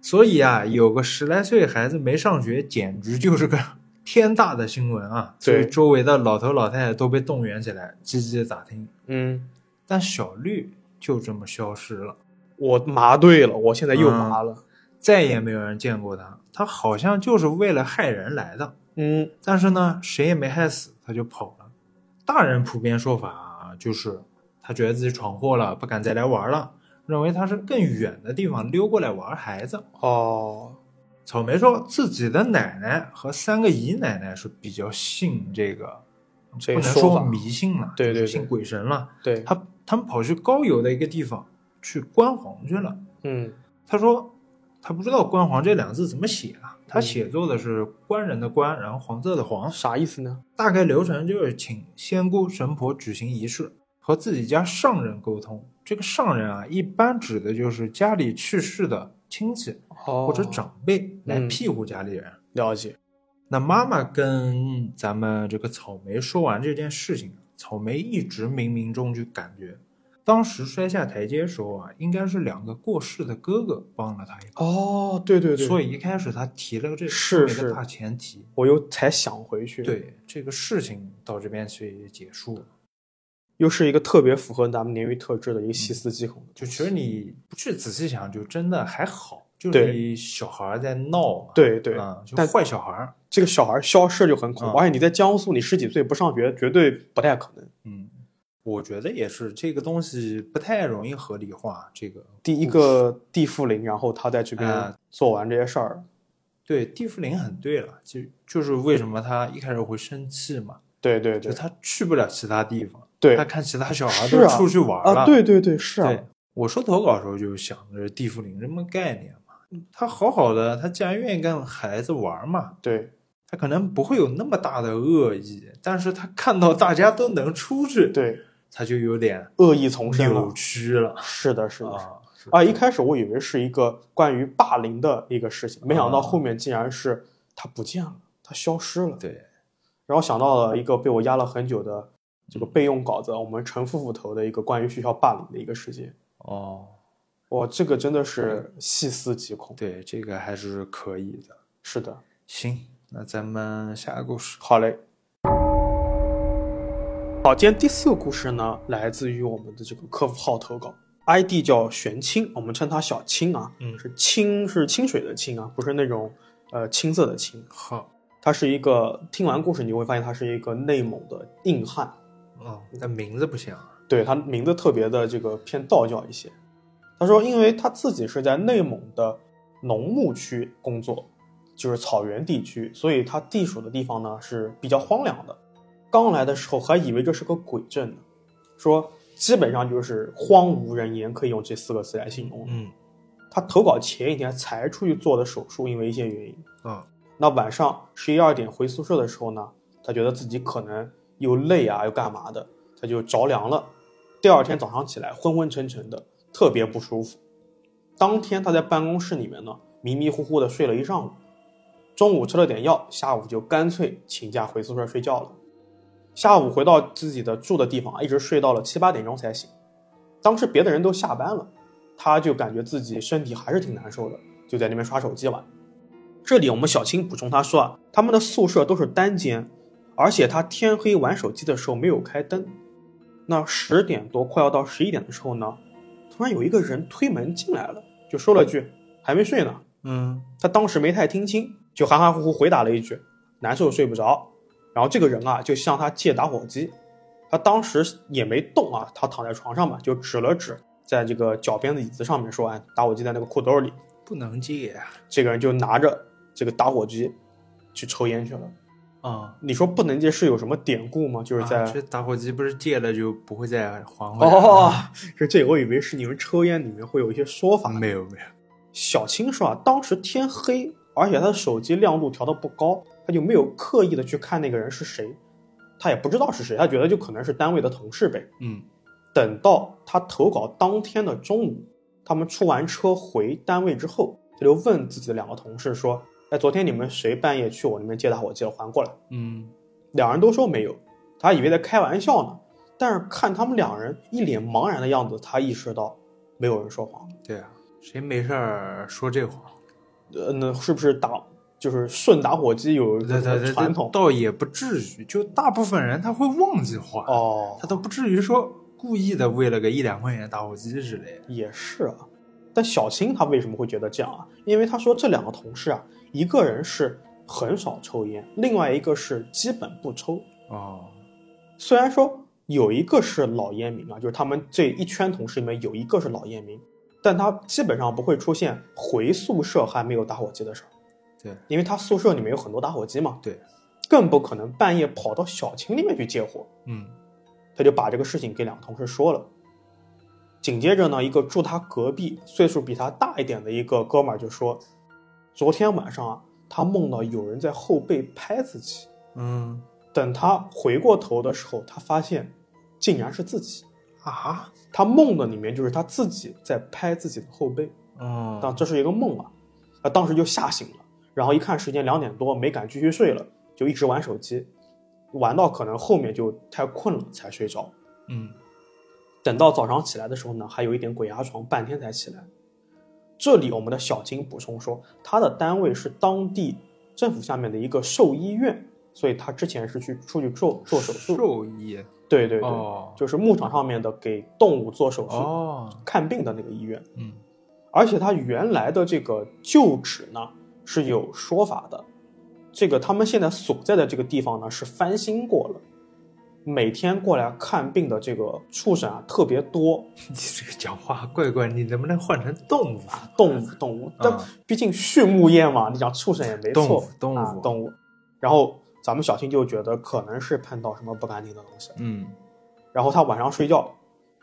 所以啊，有个十来岁孩子没上学，简直 就是个天大的新闻啊！所
对
以周围的老头老太太都被动员起来，积极地打听。
嗯，
但小绿就这么消失了，
我麻对了，我现在又麻了。
再也没有人见过他。他好像就是为了害人来的，
嗯，
但是呢，谁也没害死，他就跑了。大人普遍说法啊就是，他觉得自己闯祸了，不敢再来玩了，认为他是更远的地方溜过来玩孩子。
哦，
草莓说自己的奶奶和三个姨奶奶是比较信这个，
这
不
个
能
说
说
法，
迷信了，
对对
信
对
鬼神了。
对，
他他们跑去高邮的一个地方去观黄去了。
嗯
他说他不知道“观黄”这两个字怎么写啊，
嗯
他写作的是官人的官，然后黄色的黄。
啥意思呢？
大概流程就是请仙姑神婆举行仪式，和自己家上人沟通。这个上人啊，一般指的就是家里去世的亲戚
哦，
或者长辈来
嗯
庇护家里人。
了解，
那妈妈跟咱们这个草莓说完这件事情，草莓一直冥冥中就感觉，当时摔下台阶的时候啊，应该是两个过世的哥哥帮了他一把。
哦，对对对，
所以一开始他提了个这个
是
没个
是
大前提，
我又才想回去，，
对这个事情到这边其实结束了。
又是一个特别符合咱们鲶鱼特质的一个
嗯
细思极恐的，
就其实你不去仔细想，就真的还好，就
对
是小孩儿在闹嘛，
对对，
啊，就
但
坏小孩儿，
这个小孩消失就很恐怖，
嗯
而且你在江苏，你十几岁不上学，绝对不太可能。
嗯，我觉得也是，这个东西不太容易合理化，这个
第一个地缚灵，然后他在这边
嗯啊
做完这些事儿，
对，地缚灵很对了，就就是为什么他一开始会生气嘛，
对对
就
对
他去不了其他地方，
对
他看其他小孩
是
都
啊
出去玩了，
啊，对对对，是啊
对，我说投稿的时候就想着地缚灵这么概念嘛，他好好的，他既然愿意跟孩子玩嘛，
对
他可能不会有那么大的恶意，但是他看到大家都能出去，
对，
他就有点
恶意丛生
扭
了，
曲了
是的，是的，是的
啊
啊，一开始我以为是一个关于霸凌的一个事情，没想到
啊
后面竟然是他不见了，他消失了。
对，
然后想到了一个被我压了很久的这个备用稿子，我们陈夫妇投的一个关于学校霸凌的一个事件。
哦，
哇，这个真的是细思极恐。
对，这个还是可以的。
是的，
行，那咱们下个故事，
好嘞。好，今天第四个故事呢，来自于我们的这个客服号投稿，ID 叫玄清，我们称他小清啊，
嗯
是清是清水的清啊，不是那种呃青色的青。
好，
他是一个听完故事你会发现他是一个内蒙的硬汉，
哦，但名字不像啊，
对他名字特别的这个偏道教一些。他说，因为他自己是在内蒙的农牧区工作，就是草原地区，所以他地处的地方呢是比较荒凉的。刚来的时候还以为这是个鬼镇呢，说基本上就是荒无人烟，可以用这四个字来形容。
嗯
他投稿前一天才出去做的手术，因为一些原因，
啊，
那晚上十一二点回宿舍的时候呢，他觉得自己可能又累啊，又干嘛的，他就着凉了。第二天早上起来昏昏沉沉的，特别不舒服。当天他在办公室里面呢，迷迷糊糊的睡了一上午。中午吃了点药，下午就干脆请假回宿舍睡觉了。下午回到自己的住的地方，一直睡到了七八点钟才醒。当时别的人都下班了，他就感觉自己身体还是挺难受的，就在那边刷手机玩。这里我们小青补充他说啊，他们的宿舍都是单间，而且他天黑玩手机的时候没有开灯。那十点多快要到十一点的时候呢，突然有一个人推门进来了，就说了句“还没睡呢”。
嗯，
他当时没太听清，就含含糊糊回答了一句：“难受，睡不着。”然后这个人啊，就向他借打火机。他当时也没动啊，他躺在床上嘛，就指了指在这个脚边的椅子上面说：“哎，打火机在那个裤兜里。”
不能借啊，
这个人就拿着这个打火机去抽烟去了。
啊，
你说不能借是有什么典故吗？就是在、
啊这打火机不是借了就不会再还回来了
哦
吗，
是这我以为是你们抽烟里面会有一些说法。
没有没有，
小青说啊，当时天黑，而且他的手机亮度调的不高，他就没有刻意的去看那个人是谁，他也不知道是谁，他觉得就可能是单位的同事呗。
嗯
等到他投稿当天的中午，他们出完车回单位之后，他就问自己的两个同事说：“哎，昨天你们谁半夜去我那边借打火机了？还过来。”
嗯，
两人都说没有，他以为在开玩笑呢。但是看他们两人一脸茫然的样子，他意识到没有人说谎。
对啊，谁没事儿说这话？
呃，那是不是打就是顺打火机有
对
这
对
个
对，
传统？
倒也不至于，就大部分人他会忘记花，
哦
他，都不至于说故意的为了个一两块钱打火机之类的。
也是啊。但小青她为什么会觉得这样啊？因为她说这两个同事啊，一个人是很少抽烟，另外一个是基本不抽。
哦，
虽然说有一个是老烟民啊，就是他们这一圈同事里面有一个是老烟民，但他基本上不会出现回宿舍还没有打火机的事儿。
对，
因为他宿舍里面有很多打火机嘛。
对，
更不可能半夜跑到小青那边去借火。
嗯
他就把这个事情给两个同事说了。紧接着呢，一个住他隔壁、岁数比他大一点的一个哥们儿就说，昨天晚上啊，他梦到有人在后背拍自己。
嗯
等他回过头的时候，他发现竟然是自己。
啊，
他梦的里面就是他自己在拍自己的后背，
嗯
当这是一个梦啊，他当时就吓醒了，然后一看时间两点多，没敢继续睡了，就一直玩手机，玩到可能后面就太困了才睡着。
嗯
等到早上起来的时候呢，还有一点鬼压床，半天才起来。这里我们的小金补充说，他的单位是当地政府下面的一个兽医院，所以他之前是去出去做做手术。
兽医
对对对，
哦
就是牧场上面的给动物做手术、
哦
看病的那个医院。
嗯
而且他原来的这个旧址呢是有说法的，这个他们现在所在的这个地方呢是翻新过了，每天过来看病的这个畜生啊特别多，
你这个讲话怪怪，你能不能换成动物？
动物动物，但毕竟畜牧业嘛，你讲畜生也没
嗯动
错
物，动物
啊动物。然后咱们小新就觉得可能是碰到什么不干净的东西了，
嗯
然后他晚上睡觉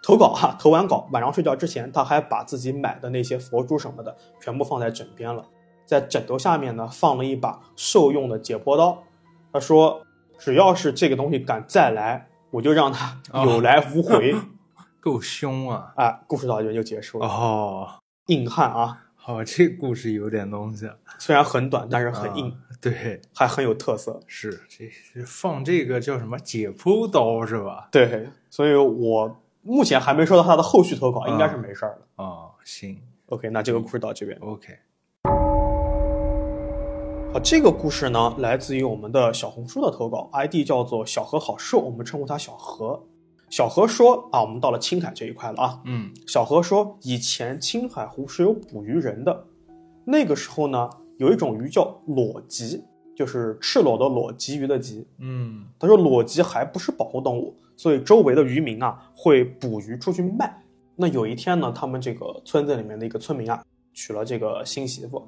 投稿哈、 投完稿晚上睡觉之前，他还把自己买的那些佛珠什么的全部放在枕边了，在枕头下面呢放了一把兽用的解剖刀，他说只要是这个东西敢再来，我就让他
哦
有来无回。
够凶啊！
啊，故事到这就结束了，
哦，
硬汉啊，
好，这故事有点东西，
虽然很短，但是很硬，
啊对，
还很有特色。
是这是放这个叫什么解剖刀是吧？
对，所以我目前还没收到他的后续投稿，应该是没事儿了。
哦，行
OK，那这个故事到这边。
，OK，
好，这个故事呢，来自于我们的小红书的投稿，ID 叫做小何好兽，我们称呼他小何。小何说啊，我们到了青海这一块了啊。
嗯
小何说，以前青海湖是有捕鱼人的，那个时候呢，有一种鱼叫裸鲫，就是赤裸的裸，鲫鱼的鲫。
嗯
他说裸鲫还不是保护动物，所以周围的渔民啊会捕鱼出去卖。那有一天呢，他们这个村子里面的一个村民啊娶了这个新媳妇，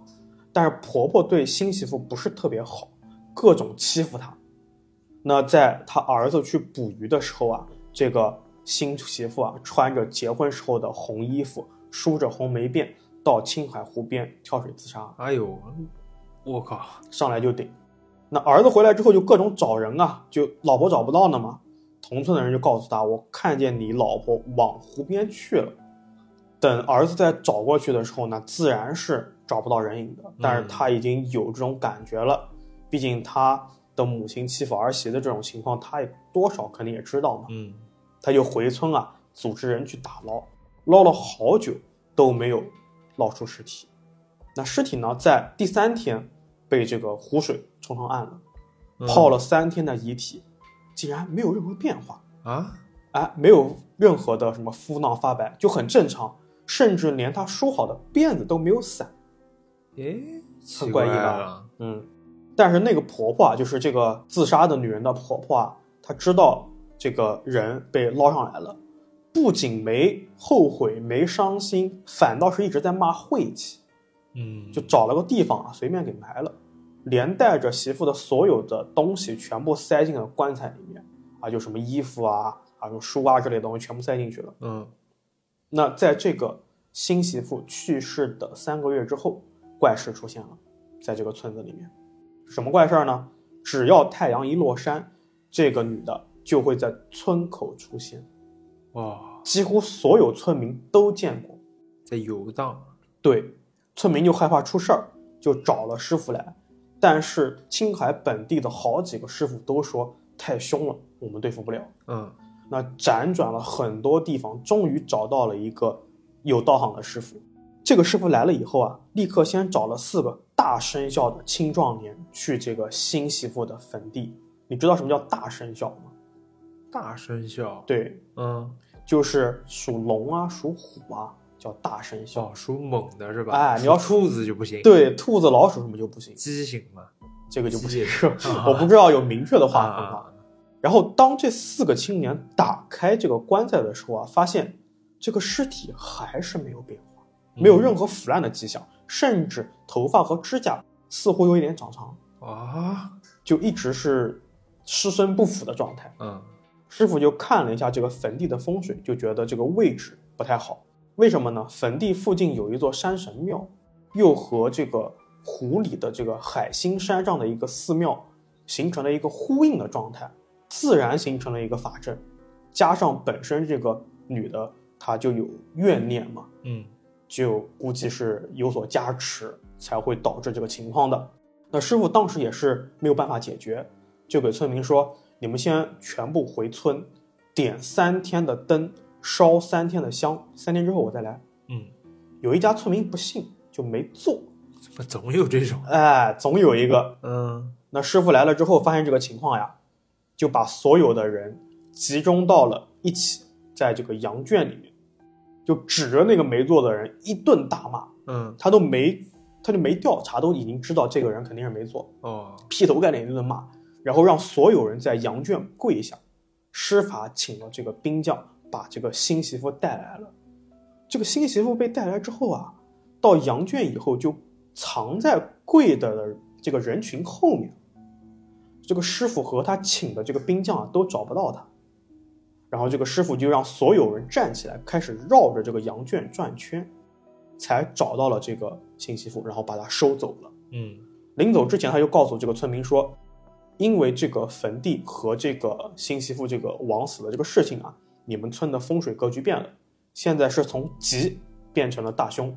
但是婆婆对新媳妇不是特别好，各种欺负她。那在他儿子去捕鱼的时候啊，这个新媳妇啊穿着结婚时候的红衣服，梳着红眉辫，到青海湖边跳水自杀了。
哎呦，我靠，
上来就顶。那儿子回来之后就各种找人啊，就老婆找不到呢嘛。同村的人就告诉他，我看见你老婆往湖边去了。等儿子再找过去的时候呢，自然是找不到人影的。但是他已经有这种感觉了，毕竟他的母亲欺负儿媳的这种情况，他也多少肯定也知道嘛。
嗯
他就回村啊，组织人去打捞，捞了好久都没有捞出尸体。那尸体呢，在第三天被这个湖水冲上岸了。
嗯
泡了三天的遗体，竟然没有任何变化，
啊，
哎，没有任何的什么肤囊发白，就很正常，甚至连他梳好的辫子都没有散。
诶，
很
奇
怪
怪啊
异吧
了，
嗯，但是那个婆婆啊，就是这个自杀的女人的婆婆啊，她知道这个人被捞上来了，不仅没后悔，没伤心，反倒是一直在骂晦气，
嗯，
就找了个地方啊，随便给埋了，连带着媳妇的所有的东西全部塞进了棺材里面啊，就什么衣服啊、啊什么书啊之类的东西全部塞进去了。
嗯
那在这个新媳妇去世的三个月之后，怪事出现了，在这个村子里面，什么怪事儿呢？只要太阳一落山，这个女的就会在村口出现，
哇，
几乎所有村民都见过。
在游荡，
对，村民就害怕出事儿，就找了师傅来，但是青海本地的好几个师傅都说太凶了，我们对付不了。
嗯
那辗转了很多地方，终于找到了一个有道行的师傅。这个师傅来了以后啊，立刻先找了四个大生肖的青壮年去这个新媳妇的坟地。你知道什么叫大生肖吗？
大声笑，，
对，
嗯，
就是属龙啊、属虎啊，叫大生肖。
哦，属猛的是吧？
哎你要
属兔子就不行，，
对，兔子、老鼠什么就不行，
鸡行吗？
这个就不
鸡
行。 我不知道有明确的划分啊。
啊，
然后当这四个青年打开这个棺材的时候啊，发现这个尸体还是没有变化。没有任何腐烂的迹象，甚至头发和指甲似乎有一点长长，
啊，
就一直是尸身不腐的状态。
嗯
师傅就看了一下这个坟地的风水，就觉得这个位置不太好。为什么呢？坟地附近有一座山神庙，又和这个湖里的这个海心山上的一个寺庙形成了一个呼应的状态，自然形成了一个法阵。加上本身这个女的她就有怨念嘛，
嗯，
就估计是有所加持才会导致这个情况的。那师傅当时也是没有办法解决，就给村民说：“你们先全部回村，点三天的灯，烧三天的香，三天之后我再来。”
嗯，
有一家村民不信，就没做。
怎么总有这种？
哎，总有一个。
嗯
那师傅来了之后，发现这个情况呀，就把所有的人集中到了一起，在这个羊圈里面，就指着那个没做的人一顿大骂。
嗯
他都没，他就没调查，都已经知道这个人肯定是没做，
哦
劈头盖脸一顿骂，然后让所有人在羊圈跪下。施法请了这个兵将，把这个新媳妇带来了。这个新媳妇被带来之后啊，到羊圈以后就藏在跪的这个人群后面。这个师傅和他请的这个兵将啊，都找不到他。然后这个师傅就让所有人站起来，开始绕着这个羊圈转圈，才找到了这个新媳妇，然后把她收走了。
嗯
临走之前，他就告诉这个村民说，因为这个坟地和这个新媳妇这个枉死的这个事情啊，你们村的风水格局变了，现在是从吉变成了大凶，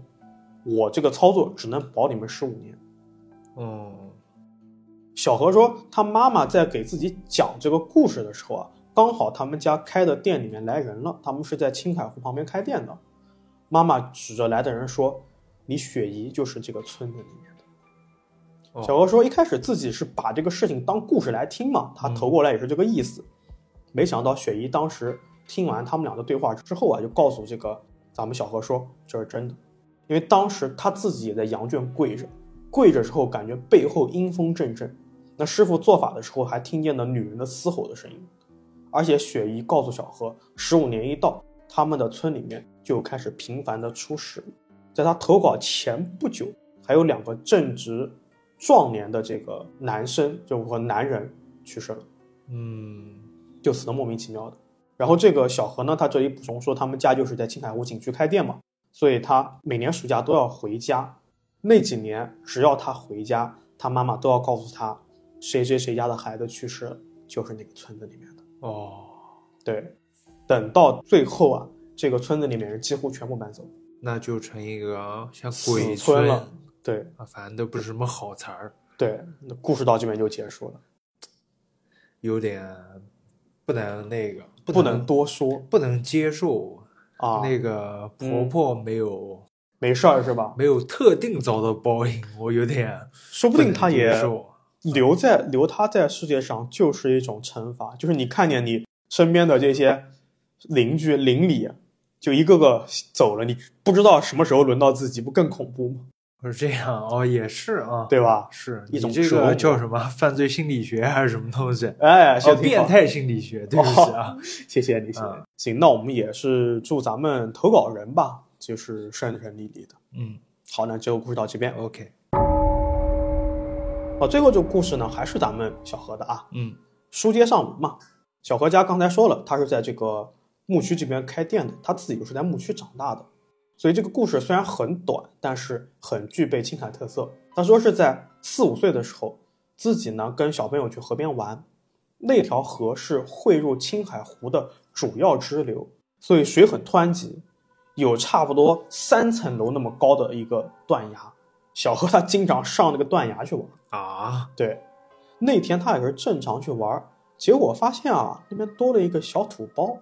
我这个操作只能保你们十五年。
哦
小何说，他妈妈在给自己讲这个故事的时候啊，刚好他们家开的店里面来人了，他们是在青海湖旁边开店的。妈妈指着来的人说：“你雪姨就是这个村子里面的。”
哦
小何说，一开始自己是把这个事情当故事来听嘛，他投过来也是这个意思。没想到雪姨当时听完他们俩的对话之后啊，就告诉这个咱们小何说这是真的，因为当时他自己也在羊圈跪着，跪着之后感觉背后阴风阵阵。那师傅做法的时候还听见了女人的嘶吼的声音，而且雪姨告诉小何，十五年一到，他们的村里面就开始频繁的出事。在他投稿前不久，还有两个正值壮年的这个男生，就和男人去世了。
嗯
就死的莫名其妙的。然后这个小何呢，他这里补充说，他们家就是在青海湖景区开店嘛，所以他每年暑假都要回家。那几年，只要他回家，他妈妈都要告诉他，谁谁谁家的孩子去世了，就是那个村子里面的。
哦，
对，等到最后啊，这个村子里面人几乎全部搬走。
那就成一个啊像
死
鬼
村了对
啊，反正都不是什么好词儿，
对，那故事到这边就结束了，
有点不能那个，
不
能
能多说
不能接受
啊。
那个婆
嗯
婆没有、
没事儿是吧？
没有特定遭到报应，我有点
说不定
能
他也
接受啊
留在留他在世界上就是一种惩罚，就是你看见你身边的这些邻居邻里，就一个个走了，你不知道什么时候轮到自己，不更恐怖吗？
不是这样哦，也是啊，
对吧？
是
一
你
种
这
折磨
个叫什么犯罪心理学还是什么东西？
哎，谢
哦，
谢
变，态心理学，对不起啊，
谢谢你，谢谢你
嗯
行，那我们也是祝咱们投稿人吧，就是顺顺利利的。
嗯
好，那这个故事到这边。
，OK，
哦，最后这个故事呢，还是咱们小何的啊，
嗯
书接上文嘛。小何家刚才说了，他是在这个牧区这边开店的，他自己又是在牧区长大的，所以这个故事虽然很短，但是很具备青海特色。他说是在四五岁的时候，自己呢跟小朋友去河边玩，那条河是汇入青海湖的主要支流，所以水很湍急，有差不多三层楼那么高的一个断崖。小何他经常上那个断崖去玩。
啊，
对，那天他也是正常去玩儿，结果发现啊，那边多了一个小土包，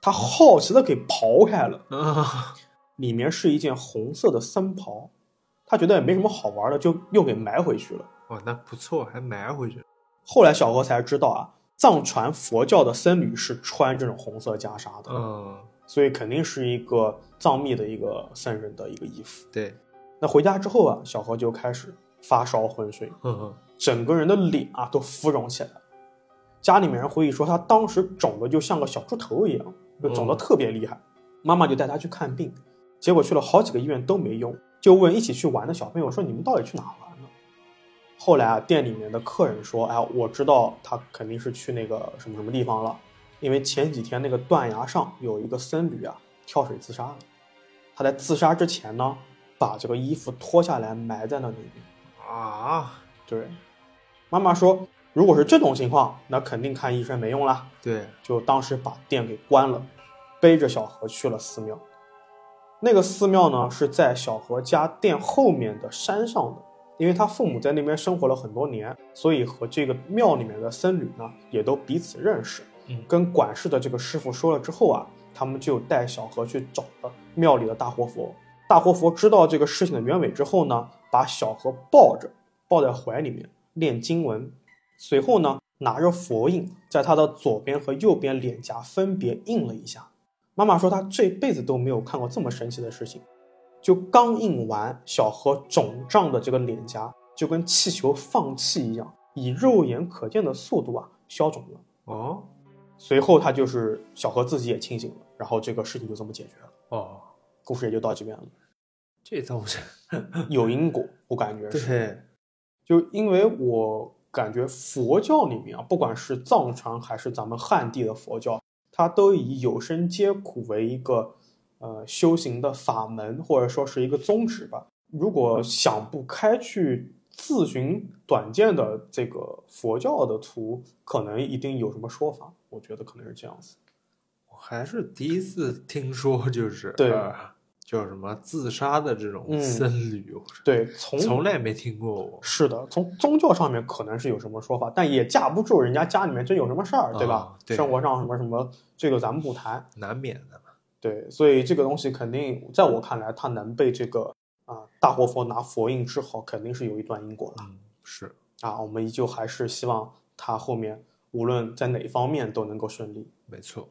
他好奇的给刨开了，
啊，
里面是一件红色的僧袍，他觉得也没什么好玩的，就又给埋回去了。
哦，那不错，还埋回去，
后来小何才知道啊，藏传佛教的僧侣是穿这种红色袈裟的，
嗯，
所以肯定是一个藏密的一个僧人的一个衣服。
对，
那回家之后啊，小何就开始发烧昏睡，
嗯
整个人的脸啊都浮肿起来。家里面人回忆说，他当时肿的就像个小猪头一样，就肿的特别厉害。妈妈就带他去看病，结果去了好几个医院都没用，就问一起去玩的小朋友说：“你们到底去哪玩了？”后来啊，店里面的客人说：“哎呀，我知道他肯定是去那个什么什么地方了，因为前几天那个断崖上有一个僧侣啊跳水自杀了。他在自杀之前呢，把这个衣服脱下来埋在那里面。
啊，
对，妈妈说，如果是这种情况，那肯定看医生没用啦。
对，
就当时把店给关了，背着小何去了寺庙。那个寺庙呢是在小何家店后面的山上的，因为他父母在那边生活了很多年，所以和这个庙里面的僧侣呢也都彼此认识。
嗯
跟管事的这个师傅说了之后啊，他们就带小何去找了庙里的大活佛。大活佛知道这个事情的原委之后呢，把小何抱着，抱在怀里面念经文，随后呢，拿着佛印在他的左边和右边脸颊分别印了一下。妈妈说她这辈子都没有看过这么神奇的事情。就刚印完，小何肿胀的这个脸颊就跟气球放气一样，以肉眼可见的速度啊消肿了。
哦，
随后他就是小何自己也清醒了，然后这个事情就这么解决了，
哦，
故事也就到这边了。
这东西，
有因果，我感觉是，
对，
就因为我感觉佛教里面啊，不管是藏传还是咱们汉地的佛教，它都以有生皆苦为一个呃修行的法门，或者说是一个宗旨吧。如果想不开去自寻短见的这个佛教的徒，可能一定有什么说法，我觉得可能是这样子。
我还是第一次听说，就是
对
呃叫什么自杀的这种
嗯
僧侣，我是
对，从
从来没听过我。
是的，从宗教上面可能是有什么说法，但也架不住人家家里面真有什么事儿，对吧？
啊对
生活上什么什么，这个咱们不谈。
难免的嘛。
对，所以这个东西肯定，在我看来，它能被这个啊、大活佛拿佛印治好，肯定是有一段因果了
嗯，是，
啊。我们依旧还是希望他后面无论在哪一方面都能够顺利。
没错。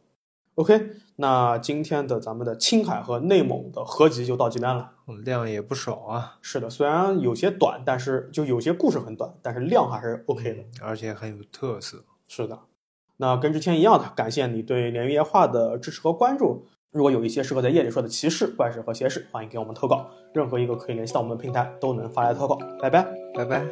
OK，那今天的咱们的青海和内蒙的合集就到这边了。
量也不少啊，
是的，虽然有些短，但是就有些故事很短，但是量还是 OK 的。
嗯，而且很有特色。
是的，那跟之前一样的，感谢你对鲶鱼夜话的支持和关注。如果有一些适合在夜里说的奇事、怪事和邪事，欢迎给我们投稿，任何一个可以联系到我们的平台都能发来投稿。拜拜。
拜拜。